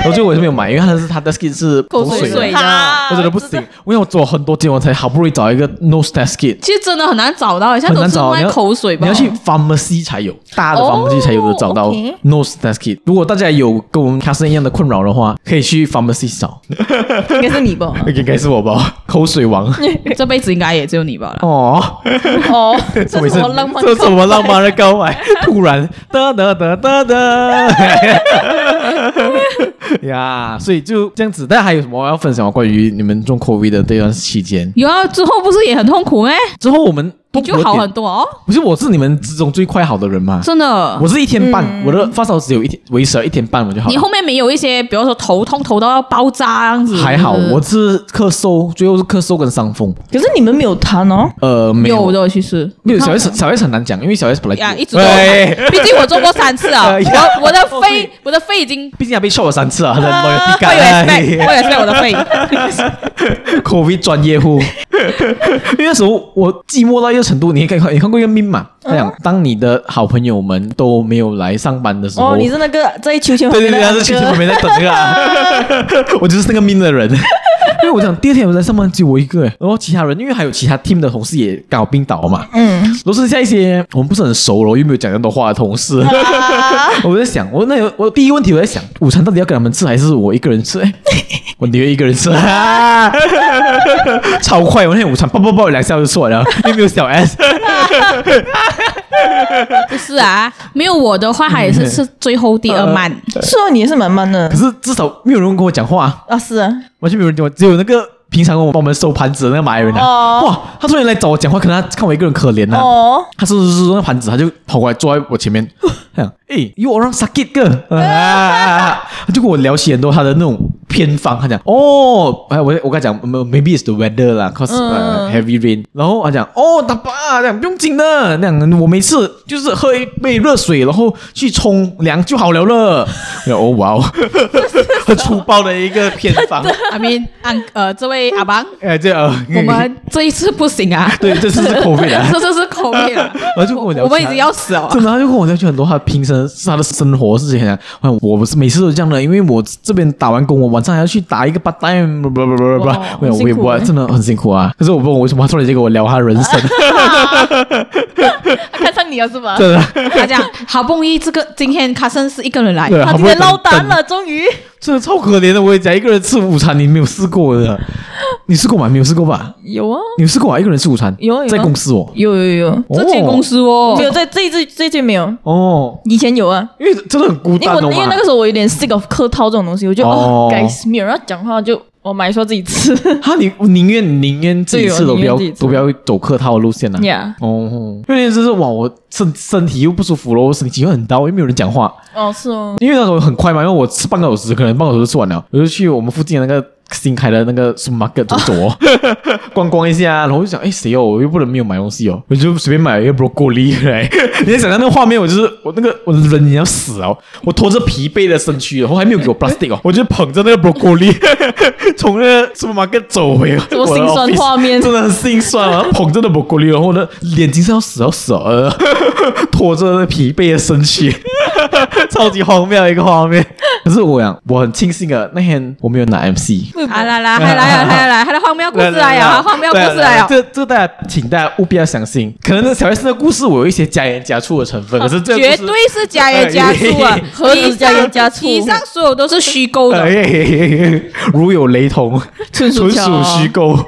然后就我也是没有买，因为它是它 desk 是
口
口水
水
的，
水的
啊
我真的不行，因为我走了很多间，我才好不容易找一个 nose desk。
其实真的很难找到，现在
很
都
难
是
找，啊你
卖
要
口水吧？
你要去 pharmacy 才有，大的
哦
pharmacy 才有的找到
OK
nose desk kit。如果大家有跟我们 Casson 一样的困扰的话，可以去 pharmacy 找，
应该是你吧？
应该是我 吧，口水王
这辈子应该也只有你吧了。
哦，
哦，
这
这
是
什么浪漫？
这什么浪漫的告白？突然哒哒哒哒 哒，呀，所以就这样子。但还有什么要分享吗关于你们中 COVID 的这段期间？
有啊，之后不是也很痛苦哎、
之后我们
你
痛苦
就
的
好
点
很多哦，
不是我是你们之中最快好的人嘛？
真的
我。是一天半，我的发烧只有一天，维持了一天半我就好
嗯你
了。
后面没有一些，比如说头痛头到要爆炸这样子？嗯
还好，我是咳嗽，最后是咳嗽跟伤风。
可是你们没有谈哦，
呃，没
有的其实
没有小
看
S 小 S 很难讲，因为小 S 本来
呀，
就
一直都有
哎
看，毕竟我做过三次啊，
哎呀
我我的肺我的肺已经
毕竟他被 s 了三次 啊，他的
我
loyalty
会 respect，
感
会 respect 我的肺。
，COVID 专业户。 因为那时候我寂寞到一个程度，你看看，你看过一个 meme 嘛？
嗯
他讲，当你的好朋友们都没有来上班的时候
哦，，你是那个在秋千 旁
对对
边
对，
的那
他
个，
是去旁边在等这个、 啊，我就是那个 mean 的人。 因为我讲第二天我在上班只有我一个，然后其他人因为还有其他 team 的同事也刚好病倒嘛，
嗯，
都是像一些我们不是很熟了，我又没有讲那么多话的同事。我在想，我那有我第一个问题我在想，午餐到底要给他们吃还是我一个人吃？哎我宁愿一个人吃， 啊、超快！我那天午餐爆爆爆两下就吃完了，又没有小 S，
不是啊，没有我的话，他也是是最后第二
嗯
慢。
是哦，你也是蛮慢的
可是至少没有人跟我讲话啊、
啊，是啊，
完全没有人听我，只有那个平常跟我帮我们收盘子的那个马来人啊，
哦
哇，他突然来找我讲话，可能他看我一个人可怜呐、啊，
哦，
他收拾收拾那个盘子，他就跑过来坐在我前 面，他讲，诶 y o u are on sakit 哥，啊他就跟我聊起很多他的那种偏方，他讲，哦，哎，我我跟他讲没有，maybe it's the weather 啦，cause、uh,
嗯
heavy rain，然后他讲，哦，打巴，这样不用紧的，那样我每次就是喝一杯热水，然后去冲凉就好了了，我讲哦哇哦， 很粗暴的一个偏方。啊
I mean，安呃，这位阿邦，
哎，这呃，，
我们这一次不行啊
对这次是 COVID 的，
这这是口味了。
然后就跟 我聊起来，
我们已经要死哦了。
真的，他就跟我聊起很多他平时他的生活事情，很我我不是每次都这样的，因为我这边打完工，我晚上还要去打一个 part time，不不不不不，
哦
没有，我也
欸
我真的很辛苦啊。可是我问我为什么他突然间跟我聊他人 生，
看上你了是吧？
真的，
他讲好不容易这个今天卡森是一个人来，
对，
他
好
今
不容
天
易
落单了，终于。
真的超可怜的。我也讲一个人吃午餐，你没有试过的，你试过吗？没有试过吧？
有啊，
你有试过啊？一个人吃午餐，在公司哦，
有有有，
这间公司哦
没，有在这这这这没有，
哦，
以前有啊。
因为真的很孤
因为
单
我
的嘛
因为那个时候我有点 sick of 客套这种东西，我就
啊哦
哦，该死没有人要讲话，就我买说自己吃。
他你我宁愿宁愿自己吃都不要
对我宁愿自己吃
都不要走客套的路线啊。
Yeah，
哦，因为就是哇，我身身体又不舒服了，我身体又很糟，又没有人讲话。
哦是哦，
因为那时候很快嘛，因为我吃半个小时，可能半个小时就吃完了，我就去我们附近的那个新开的那个 supermarket 走走、哦， 逛逛一下，然后我就想，哎，谁哦，我又不能没有买东西哦，我就随便买了一个 broccoli 来。你能想象那个画面，我就是我那个我人也要死哦，我拖着疲惫的身躯，然后还没有给我 plastic 哦，我就捧着那个 broccoli 从那个 supermarket 走回
什么
我的
心酸
office
画 面
真的很心酸啊！捧着那 broccoli，然后呢，眼睛是要死要死哦，呃， 拖着那疲惫的身躯。 超级荒谬的一个画面。可是我讲，我很庆幸啊，那天我没有拿 MC。
啊来
嗯
来，还来啊还来，还来荒谬故事来啊呀，荒谬故事来呀。
啊
哦
这这大家请大家务必要相信，可能小 S 的故事我有一些加盐加醋的成分，可是哎这，
哦绝对是加盐加醋啊
何止是加盐加醋
以上以上所有都是哎虚构的。
对，哎如有雷同，
纯属巧
纯
哦
属虚构。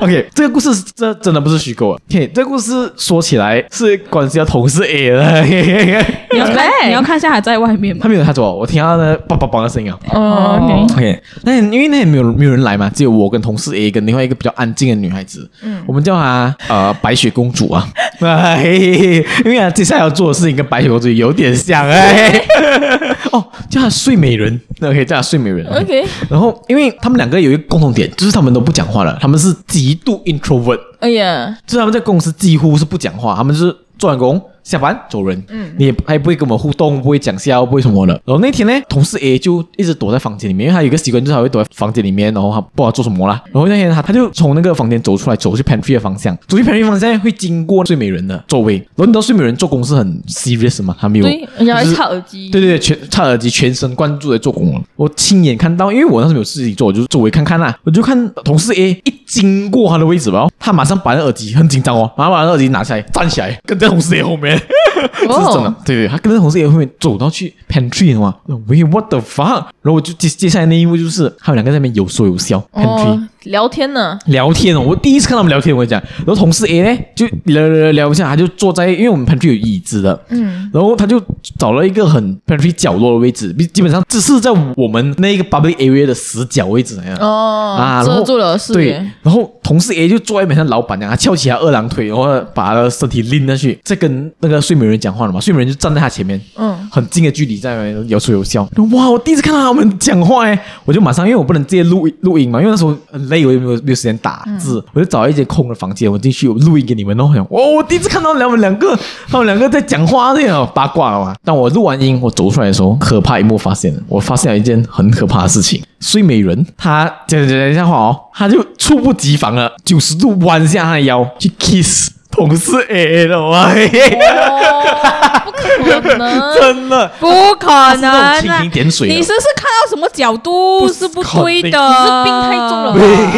OK，这个故事是这真的不是虚构啊。OK，这个故事说起来是关系到同事 A 的，
你要看
Relax
你要看一下还在外面吗
他？没有他走，我听到那叭叭叭的声音啊。
哦
哦
OK，
OK，那因为那也没有没有人来嘛，只有我跟同事 A 跟另外一个比较安静的女孩子，我们叫她呃白雪公主啊，嗯 哎，因为她接下来要做的事情跟白雪公主有点像哎， 哦，叫她睡美人，OK，叫她睡美人
OK
然后因为他们两个有一个共同点，就是他们都不讲话了，他们是极度 introvert，
哎呀，
就是他们在公司几乎是不讲话，他们就是做完工下班走人，嗯，你也还不会跟我们互动，不会讲笑，不会什么的。然后那天呢，同事 A 就一直躲在房间里面，因为他有一个习惯就是他会躲在房间里面，然后他不知道做什么啦。然后那天他他就从那个房间走出来，走去 pantry 的方向，走去 pantry 方向会哎经过睡美人的座位。然后你知道睡美人做工是很 serious 的嘛，他没有，
对，人家还
就是
插耳机，
对对对，全插耳机，全神贯注的做工了。我亲眼看到，因为我那时候没有事情做，我就周围看看啦。我就看同事 A 一经过他的位置吧，他马上把那耳机很紧张哦，马上把那耳机拿下来，站起来，跟在同事 A 后 面。这
哦
是真的，对对，他跟着同事 A 后面走到去 pantry 的嘛，Wait what the fuck？然后我就接接下来那一幕就是他们两个在那边有说有笑，pantry、
哦，聊天呢，
聊天哦，我第一次看他们聊天，我跟你讲，然后同事 A 呢就聊聊聊聊一下，他就坐在，因为我们 pantry 有椅子的，嗯，然后他就找了一个很 pantry 角落的位置，基基本上只是在我们那个 public area 的死角位置那样。
哦，
啊，然
遮
后
住了视
对
野，，
然后同事 A 就坐在面上老板娘，他翘起他二郎腿，然后把他的身体拎下去，再跟那个睡美人讲话了嘛。睡美人就站在他前面，
嗯
很近的距离在那边有说有笑。哇，我第一次看到他们讲话哎，我就马上因为我不能直接录录音嘛，因为那时候很累，我也没有没有时间打字，我就找一间空的房间，我进去我录音给你们。然后我想，哇，我第一次看到他们两个，他们两个在讲话这样八卦了嘛。当我录完音，我走出来的时候，可怕一幕发现了，我发现了一件很可怕的事情。睡美人，她讲讲讲一下话哦，她就猝不及防了，九十度弯下她的腰去 kiss 同事 A 的哇，嘿嘿
哦，不 可能，
真的。
不可能
他
啊
是那种蜻蜓！点水的
你是不是看到什么角度是不对的？
不
你是病态中了吧，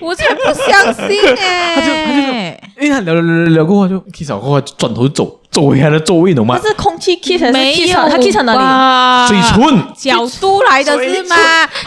我才不相信 哎、
他就他就 因为他聊聊聊聊过后就 kiss 好过后就转头走，走回他的座位，懂吗
他？是空气 kiss 还是
没
kiss
有
啊？他 kiss 哪里？
吧
嘴唇
角度来的是吗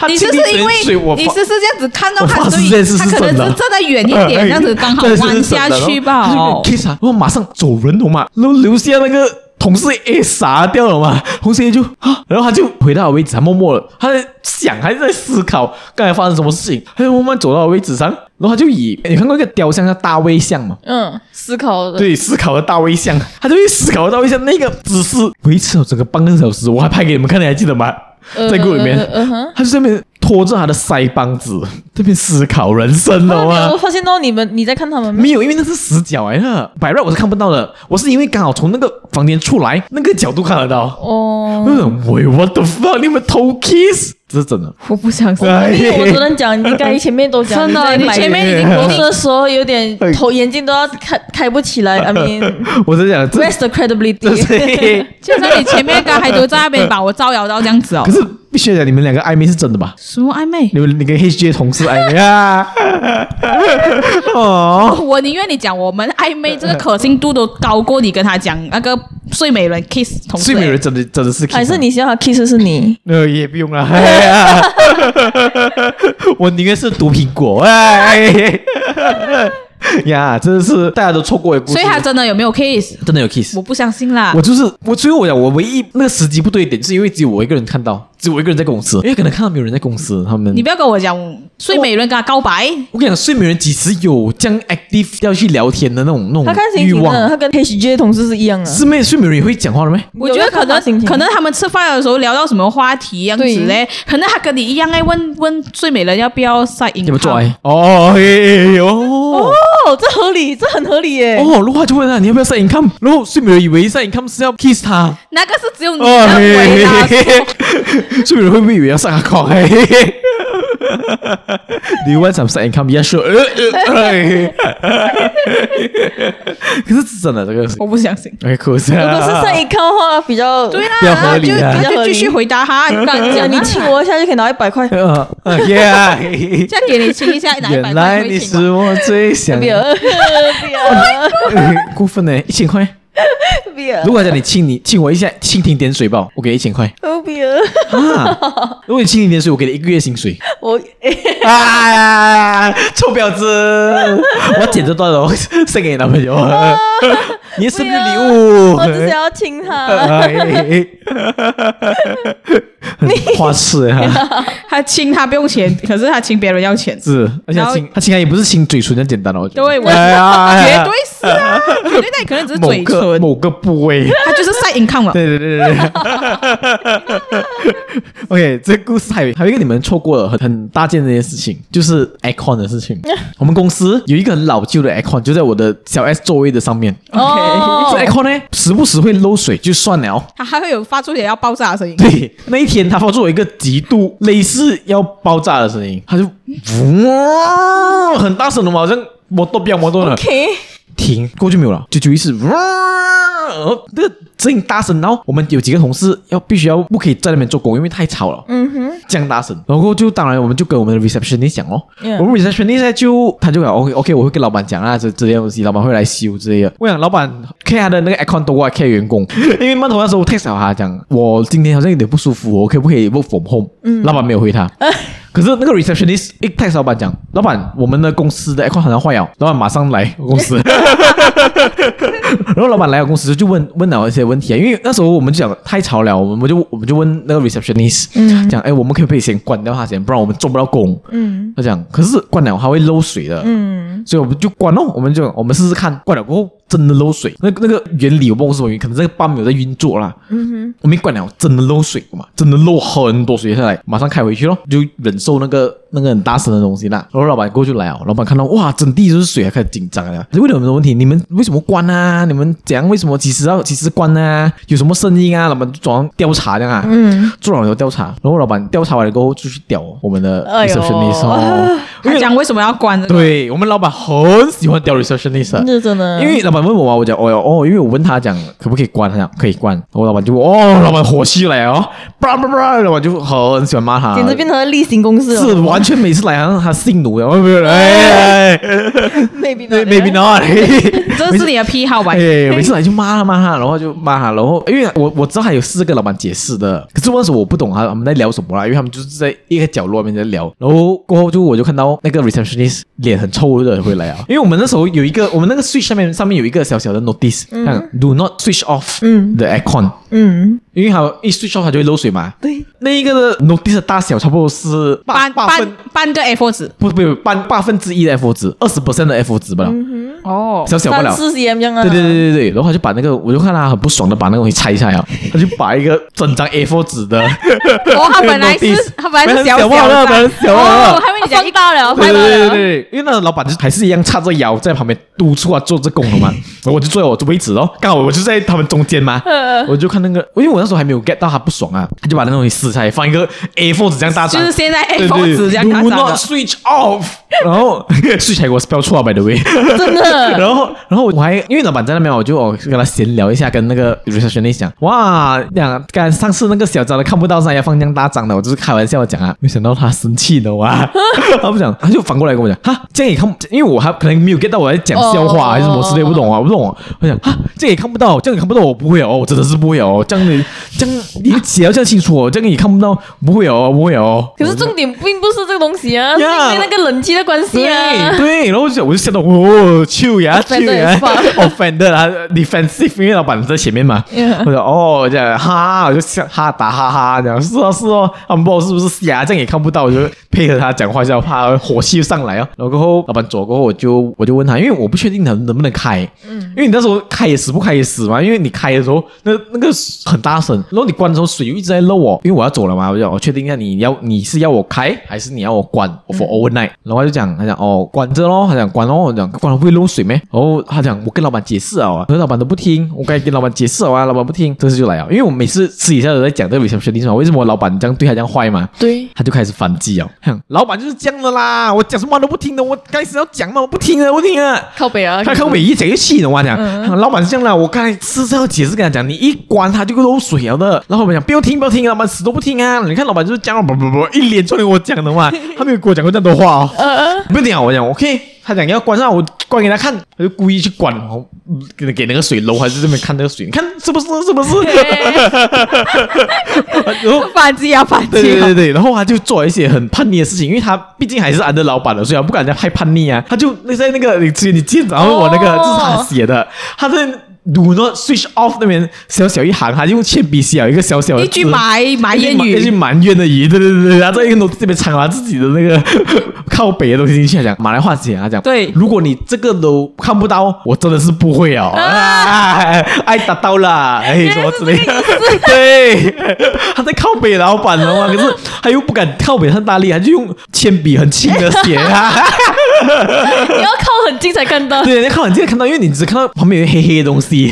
嘴唇？
你是不
他
是
亲
因
你嘴我
为
发
你是是这样子看到
我
他，
发
所
誓
以
这件事
他
是
可
真
能
的，哎
是站得远一点，这样子刚好弯下去吧？哦
kiss 啊，我马上走人，懂吗？然后留下那个同事 A 傻掉了嘛，同事 A 就啊，然后他就回到位置，他默默的，他在想，还在思考刚才发生什么事情，他就慢慢走到位置上，然后他就以你看过一个雕像叫大卫像吗？
嗯，思考的，
对，思考的大卫像，他就会思考的大卫像那个姿势维持了整个半个小时，我还拍给你们看，你还记得吗？
呃
在 group 里面，
呃呃呃哼
他就在那边拖着他的腮帮子，这边思考人生，懂
啊没
吗
有？发现到你们你在看他们吗？
没有，因为那是死角哎、那百瑞我是看不到的，我是因为刚好从那个房间出来，那个角度看得到。
哦，
嗯，喂，what the fuck？你们偷 kiss？这是真的。
我不相信
哎
因为我只能讲，你刚才前面都讲，
真的
你
你
在买
前面已经
投资的 哎时候有点头眼睛都要开开不起来。I mean,
我在讲这
where's
这
the credibility？
是，
就是你前面刚还都在那边把我招摇到这样子 哦
可，是必须讲你们两个暧昧是真的吧？
什么暧昧？
你们你跟 HJ 同事暧昧啊？ 哦。
我宁愿你讲我们暧昧这个可信度都高过你跟他讲那个睡美人 kiss 同事
睡美人真的真的是 kiss 啊
还是你希望他 kiss 是你？
呃也不用 了，哎呀，我宁愿是毒苹果，哎哎 呀，真的是大家都错过的故事，
所以他真的有没有 kiss？
真的有 kiss
我。不相信啦
我。就是我，所以我讲我唯一那个时机不对点，是因为只有我一个人看到，只有我一个人在公司，因为可能看到没有人在公司，他们
你不要跟我讲睡美人跟他告白，
我跟你讲，睡美人几时有这样 active 要去聊天的那种那
他看
种
心
嗯欲
情的，
望？
他跟 HJ 同事是一样的。
是妹睡美人也会讲话的咩？
我觉得可
有没有看他
能
心情
可能他们吃饭的时候聊到什么话题样子嘞，可能他跟你一样哎，问问睡美人要不要晒银
要不做爱？哦，哎哎哎哦。
哦，这合理，这很合理耶。
哦，然后他就问他你要不要 side income，然后睡美人以为 side income 是要 kiss 他，
那个是只有你
哦，
认为
嘿
的
嘿
啊。
嘿嘿睡美人会不会以为要上他床？嘿嘿嘿 Do you want some side income? Yes, sure. 呃呃呃嘿嘿可是是真的，这个是
我不相信。
OK cool。
如果是上一看的话，比较
对啦，
比较
然
合
后
理
就
啊
他
比较合
就
理
继续回答他，你刚
啊
讲
你
啊
亲我一下就可以拿一百块。
呃呃，Yeah，嘿嘿
这样给你亲一下，哪一百
原
块
来
会
你
亲吗？
是我最想
不要，
的，
不 要，
过分呢，一千块。
不要
如，果叫你亲你亲我一下，蜻蜓点水吧，我给你一千块
不要。
啊。如果你蜻蜓点水，我给你一个月薪水。
我哎
啊！臭婊子！我剪这段了，我送给你男朋 友，你的生日礼物。
我只是要亲 他。
哎哎哎很花痴啊，
他亲他不用钱，可是他亲别人要钱，
是，而且他亲他亲他也不是亲嘴唇那么简单哦，我觉得
对我
哎呀哎
绝
呀
对是啊，绝对那可能只是
某
嘴
个
唇，
某个部位。
他就是晒 income 了。
对对对对对。OK，这个故事还有还有一个你们错过了很很大现这件事情，就是 aircon 的事情。我们公司有一个很老旧的 aircon，就在我的小 S 座位的上面。
哦
这 aircon 呢，时不时会漏水，就算了。
它还会有发出点要爆炸的声音。
对，那一天它发出一个极度类似要爆炸的声音，它就哇，很大声的嘛，好像摩托变摩托了。
OK，
停，过去没有了，就就一次，哇，然后这个声音大声，然后我们有几个同事要必须要不可以在那边做工，因为太吵了，嗯哼，这样大声，然后就当然我们就跟我们的 receptionist 讲哦
Yeah
我们 receptionist 就他就讲哦 OK OK，我会跟老板讲啊，这这些东西老板会来修之类的，我想老板 care 他的那个 aircon 多过啊 care 员工， 因为曼头那时候我 text 了他讲，我今天好像有点不舒服，我可不可以 work from home？嗯，老板没有回 他。可是那个 receptionist 一 text 老板讲，老板，我们的公司的 aircon 好像坏了，老板马上来我公司。 然后老板来我公司就问问了一些问题啊，因为那时候我们就讲太吵了，我们就我们就问那个 receptionist，、讲哎，我们可不可以先关掉它先，不然我们做不到工。嗯，他讲，可是关了它会漏水的。嗯，所以我们就关咯，我们就我们试试看，关了过后真的漏水，那那个原理我不知道是什么原因，可能这个泵没有在运作啦。嗯哼，我们一关了，真的漏水嘛，真的漏很多水下来，马上开回去咯，就忍受那个那个很大声的东西啦。然后老板过去来哦，老板看到哇，整地都是水，还开始紧张了。问了我们的问题，你们为什么关啊？你们怎样？为什么几时要几时关啊？有什么声音啊？老板就装调查这样啊，嗯，做了有调查，然后老板调查完了过后就去屌我们的
哎呦
receptionist 哦，因
他
为
讲为什么要关这个？
对我们老板很喜欢屌 receptionist，
这真的，
因为老板问我嘛，我讲哦哟哦，因为我问他讲可不可以关，他讲可以关，我老板就哦，老板火气来哦，叭叭叭，老板就很喜欢骂他，
简直变成了例行公事了。
是完全每次来好像他性奴的，会不会？哎哎
，maybe not
，maybe not，
这是你的癖好吧？
哎，每次来就骂他骂他，然后就骂他，然后因为我我知道还有四个老板解释的，可是那时候我不懂他他们在聊什么啦，因为他们就是在一个角落那边在聊，然后过后就我就看到那个 receptionist 脸很臭的回来啊，因为我们那时候有一个我们那个 switch 上面上面有一个小小的 notice，看、do not switch off the aircon，
嗯，
因为它一 switch off 它就会漏水嘛，
对，
那一个的 notice 的大小差不多是八
搬
八分
搬。搬个 F 纸
不不不，半八分之一的 F 值，二十 percent 的 F 值不了，
哦，
小小不
嗯三
了。
四 cm 这样啊。
对对对对对，然后他就把那个，我就看他很不爽的把那个东西拆下来啊，他就把一个整张 A4 纸的，
哦，他本来
Notice
是他本来是
小
小
忘了
的，
本来是小忘了
哦，还以为你
啊
讲
放
一
大了，
对
拍
对
到
对对
了。
对，因为那个老板就还是一样叉着腰在旁边督促啊做这工了嘛，然后我就坐在我的位置哦，刚好我就在他们中间嘛，我就看那个，因为我那时候还没有 get 到他不爽啊，他就把那个东西撕下来，放一个 A4 纸这样大张
就，是现在
对
F
对
纸
对
这样打
Do
上
not
的。
switch off，然后 switch 还给我 spell 错啊，by the way。
真 的。
然后，然后我还因为老板在那边，我就哦跟他闲聊一下，跟那个 receptionist 讲，哇，讲刚才上次那个小张的看不到山，要放这样大张的，我就是开玩笑讲啊，没想到他生气了 哇，他不讲，他就反过来跟我讲，哈，这样也看不，因为我还可能没有 get 到我在讲笑话、
哦
还是什么之类，不懂啊，我不懂、啊，我讲哈，这样也看不到，这样也看不到，我不会哦，我真的是不会哦，这样你这样你写要这样清楚哦，这样也看不到，不会哦，不会哦。
可是重点并不是这个东西啊，是因
Yeah
为那个冷气的关系
对
啊。
对，然后我就我就吓到，哦，臭呀，臭
Offended
呀
as fuck
，offended 啊，defensive，因为老板在前面嘛，
Yeah
我就哦这样哈，我就笑哈打哈哈这样，是哦是哦，他们不知道是不是瞎，这样也看不到，我就配合他讲话一下，怕火气上来哦。然后过后老板走过后，我就我就问他，因为我不确定能能不能开，嗯，因为你那时候开也死不开也死嘛，因为你开的时候那那个很大声，然后你关的时候水又一直在漏哦，因为我要走了嘛，我就讲我确定一下你要你是要我开还是你要我关我 for overnight，、然后他就讲他讲哦关着咯，他讲关咯，我讲关了不会漏水咩？然后他讲我跟老板解释啊，可是老板都不听，我该跟老板解释啊，老板不听，这次就来了，因为我每次私底下都在讲这个 reception 为什么我老板这样对他这样坏嘛，
对，
他就开始反击哦，哼老板就是这样的啦，我讲什么话都不听的，我开始要讲嘛，我不听了，我不听了。
靠北啊。
他看尾一整个气的，我跟他讲， 老板是这样啦，我刚才是这样解释跟他讲，你一关他就漏水了的。然后我们讲不要听不要听，老板死都不听啊！你看老板就是这样，不不不，一连串的跟我讲的嘛，他没有跟我讲过这样多话哦。不要讲，我讲 OK，他讲要关上，我关给他看，他就故意去关，然后嗯给给那个水漏，还是这边看那个水，你看是不是是不是？然后
反击啊，反
对对
击啊！
对对，然后他就做了一些很叛逆的事情，因为他毕竟还是安的老板了，所以他不敢讲太叛逆啊。他就那在那个你之前你见着然后我那个、
哦
这是他写的，他在 do not switch off 那边小小一行，他就用铅笔写了一个小小的
一句
字
埋埋怨
一句
语，
埋怨的语，对对对对，然后在一个楼这边掺了自己的那个靠北的东西进去，他讲马来话写，他讲，
对
如果你这个都看不到，我真的是不会哦，哎爱打到啦，哎什么之类的，对，他在靠北老板了嘛，可是他又不敢靠北太大力，他就用铅笔很轻的写啊。
你要靠很近才看到。
对，你看完这个看到，因为你只看到旁边有一个黑黑的东 西，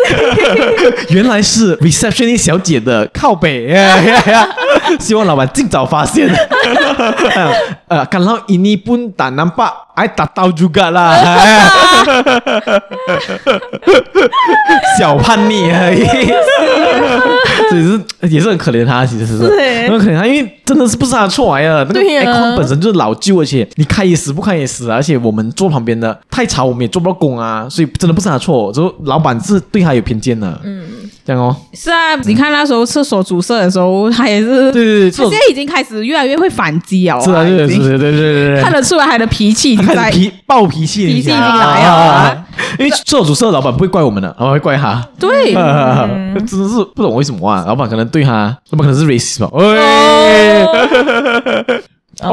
原来是 receptionist 小姐的靠北， 希望老板尽早发现。 呃，kalau ini pun tak nampak, I tak tahu juga lah。小叛逆 而已，所以是也是很可怜他，其实是
对
很可怜他，因为真的是不是他的错来的，那个
对呀
aircon 本身就是老旧，而且你开也死，不开也死，而且我们坐旁边的太吵，我们也做不到工啊，所以真的不是他的错，就老板是对他有偏见的，嗯，这样哦，
是啊，你看那时候厕所阻塞的时候，他也是，
对对对，这种
他现在已经开始越来越会反击了啊，
是啊，对
已
对
经
对对对对对
看。得出来他的脾气已经
开
在
始脾暴脾气，
脾气
你
已
知道吗
经来了啊，
因为做主社的老板不会怪我们的，老板会怪他。
对，
啊 真的是不懂为什么啊！老板可能对他，老板可能是 racist 吧？喂，
哦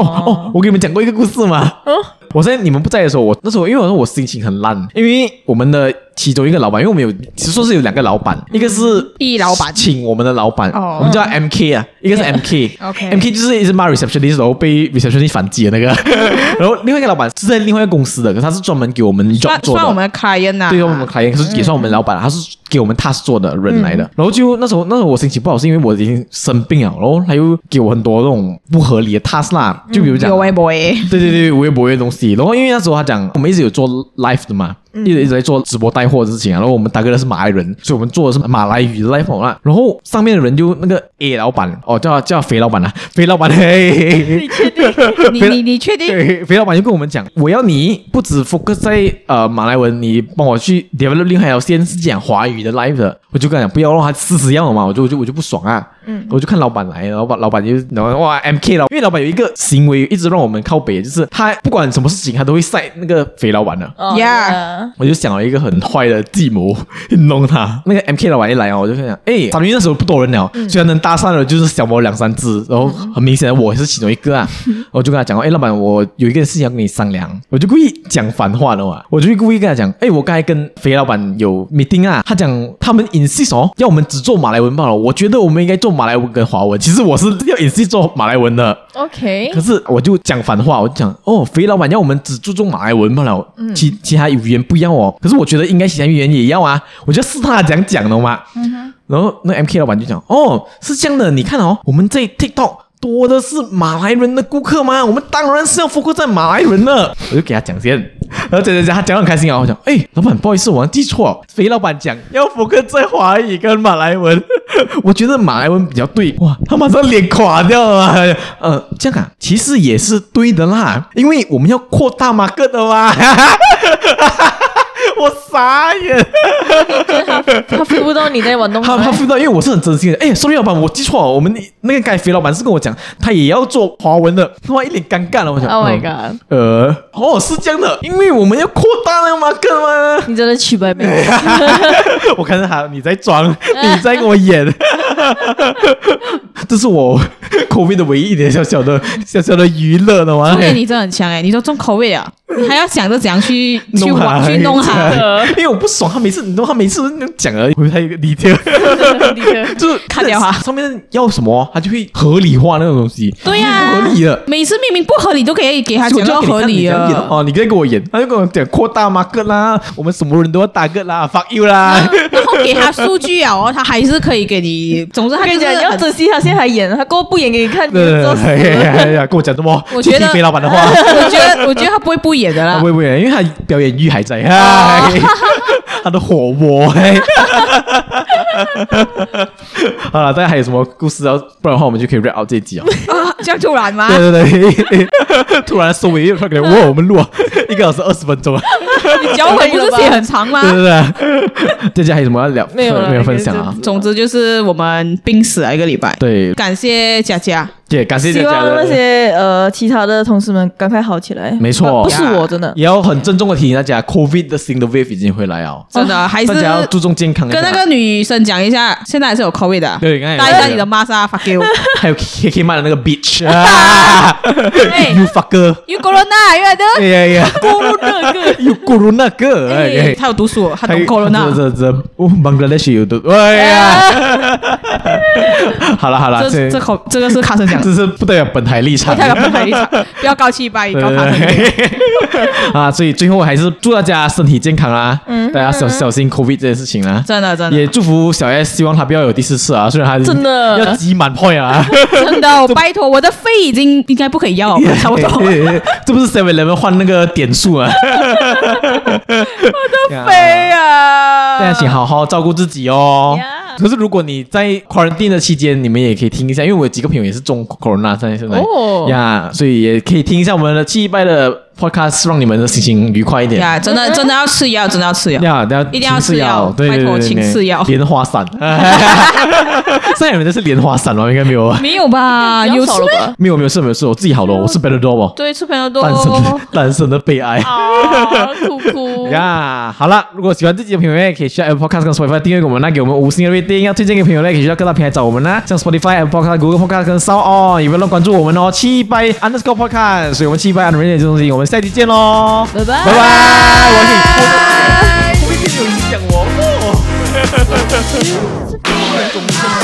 哦哦，我给你们讲过一个故事吗？
哦
我在你们不在的时候，我那时候因为我说我心情很烂，因为我们的其中一个老板，因为我们有其实说是有两个老板，一个是
B 老板
请我们的老板，
嗯哦
我们叫他 MK 啊，一个是 MK，MK、
OK
MK 就是一直骂 receptionist，然后被 receptionist 反击的 那个，然后另外一个老板是在另外一个公司的，可是他是专门给我们 job
算
做的，
算我们的 client 呐，
对，我们 client
嗯
可是也算我们老板啦，他是给我们 task 做的人来的。然后就那时候，那时候我心情不好，是因为我已经生病了，然后他又给我很多那种不合理的 task 啦，就比如讲，
嗯有微博诶，
对对对，微博的东西。然后因为那时候他讲，我们一直有做 live 的嘛，
嗯
一直一直在做直播带货的事情啊。然后我们大哥是马来人，所以我们做的是马来语 live 啦。然后上面的人就那个 A 老板，哦，叫他叫他肥老板啦，肥老板嘿嘿嘿嘿。
你
别
你你确定？
对，肥老板就跟我们讲，我要你不止 focus 在呃马来文，你帮我去 develop 另外一条线是讲华语的 live 的。我就跟他讲，不要让他死死要我嘛，我就我就我就不爽啊。嗯，我就看老板来，老板老板就然后哇 MK 老，因为老板有一个行为一直让我们靠北，就是他不管什么事情他都会晒那个肥老板的。
哦
Yeah
我就想了一个很坏的计谋，弄他。那个 M K 老板一来哦，我就想，嗯哎，傻逼那时候不多人了，虽然能搭讪的就是小魔两三只，然后很明显的我也是其中一 个啊。我就跟他讲，哎，老板，我有一个事情要跟你商量，我就故意讲反话的嘛，我就故意跟他讲，哎，我刚才跟肥老板有 meeting 啊，他讲他们 insist 哦，要我们只做马来文罢了，我觉得我们应该做马来文跟华文，其实我是要 insist 做马来文的，
，OK，
可是我就讲反话，我就讲哦，肥老板要我们只注重马来文罢了，其其他语言不要哦。可是我觉得应该其他语言也要啊，我就试探他讲讲的嘛。然后那 M K 老板就讲哦，是这样的，你看哦，我们在 TikTok。多的是马来人的顾客吗？我们当然是要 focus 在马来人了。我就给他讲先，然后讲讲讲，他讲得很开心啊。我讲，哎，老板，不好意思，我好像记错了，肥哎老板讲要 focus 在华语跟马来文， 我觉得马来文比较对。哇，他马上脸垮掉了啊。呃，这样啊，其实也是对的啦，因为我们要扩大马克的嘛。 我傻眼。
他 feel 不到你在
哦
玩东西
他。
哎
他 feel 到，因为我是很真心的。哎，sorry 老板，我记错了，我们那个盖肥老板是跟我讲，他也要做华文的，他妈一脸尴尬了。我想
Oh my
嗯
god！
呃，哦，是这样的，因为我们要扩大那个马克吗？
你真的去白没？
我看到他，你在装，你在跟我演，这是我 COVID 的唯一一点小小的小小的娱乐的吗
重？点你真的很强哎，你都中口味啊，你还要想着怎样去去
弄他
玩去弄他。
因为我不爽，他每次你知道他每次都讲而已，我还有一个 detail，就是
看掉他
上面要什么，他就会合理化那种东西，
对呀
不合理的。
每次明明不合理都可以给哎他讲到合理
啊！
啊。
哦，你在跟我演，他就跟我讲扩大 market 啦，我们什么人都要打个啦，fuck you 啦。
然后给他数据啊，哦，他还是可以 给你。总之，
我
他
跟
就
你
是
讲，你要
很
珍惜他现在还演，他过后不演给你看，你就知道死
哎
了。
呀哎呀，跟我讲这么，
我觉得
去听肥老板的话，
我觉得，我觉得他不会不演的啦
不。会不会，因为他表演欲还在，嗨，
哦
他的火窝。嘿 好了，大家还有什么故事要？不然的话，我们就可以 wrap up 这一集哦。
啊，这样突然吗？
对对对， 突然收尾又突然给哇，我们录啊一个小时二十分钟啊，
你脚本不是写很长吗
对？对对。 大家还有什么要聊？
没有了
没有分享啊？
总之就是我们病死了一个礼拜。
对，
感谢佳佳，
也感谢大
希
家
望那
的。
些呃其他的同事们赶快好起来。
没错
不不是我真的
也要很郑重的提醒大家，COVID 的新的 wave 已经回来了，
真
哦
的还是
大家要注重健康一下。
跟那个女生讲一下，现在还是有 COVID 的，
对刚才有
带一下
讲
你的 mask fuck you。
还有 K K 卖的那个 bitch 啊
哎
，you fucker，
You corona, you are the
哎呀呀
corona girl.
，you 咕噜那个，哎
哎
呀，
他有读书，他懂
还有
corona。
这这这哦，Bangladesh 有的，哎呀， 好了好了，
哎这
这
这口这个是卡森讲的，
这是不代表本台立场，
代表不台立场，不要高气拜，高
对
卡森。
对对 啊，所以最后还是祝大家身体健康啦，
嗯
大家小小心 COVID 这件事情啦。
真的真
也
的
祝福小 S，希望她不要有第四次啊！虽然她
真的
要积满 point 啊，
真的，我拜托，我的肺已经应该不可以要，差不多。
这不是 Seven Eleven 换那个点数啊？我的
肺啊！
大家请好好照顾自己哦。
Yeah
可是如果你在 quarantine 的期间，你们也可以听一下，因为我有几个朋友也是中 corona 现在现在
哦
呀所以也可以听一下我们的祭拜的 podcast，让你们的心情愉快一点。
呀，真的真的要吃药，真的要吃药。
呀，大家
一定要
请
吃药
对
拜
对
托
对
请
对
吃药
莲花散。现在你们这是莲花散吗？应该没有啊，
没 有吧？
比较
有吃
少了
咩？
吧？
没有没有事没有事，我自己好了，我是 better door 哦，
对，吃朋友多。
单身
哦
的单身的悲哀。
啊，哭哭。
呀好了，如果喜欢这集的朋友呢，可以去 Apple Podcast 跟 Spotify 订阅我们，那给我们五星的 rating。要推啊荐给朋友呢，可以去到各大平台找我们啦，像 Spotify、Apple Podcast、Google Podcast 跟 Sound On，也不要乱关注我们哦。七百 Underscore Podcast，所以我们七百 Underscore 这东西，我们下期见喽，
拜拜
拜拜，我可以，我我一定有影响我。哦终于终于终于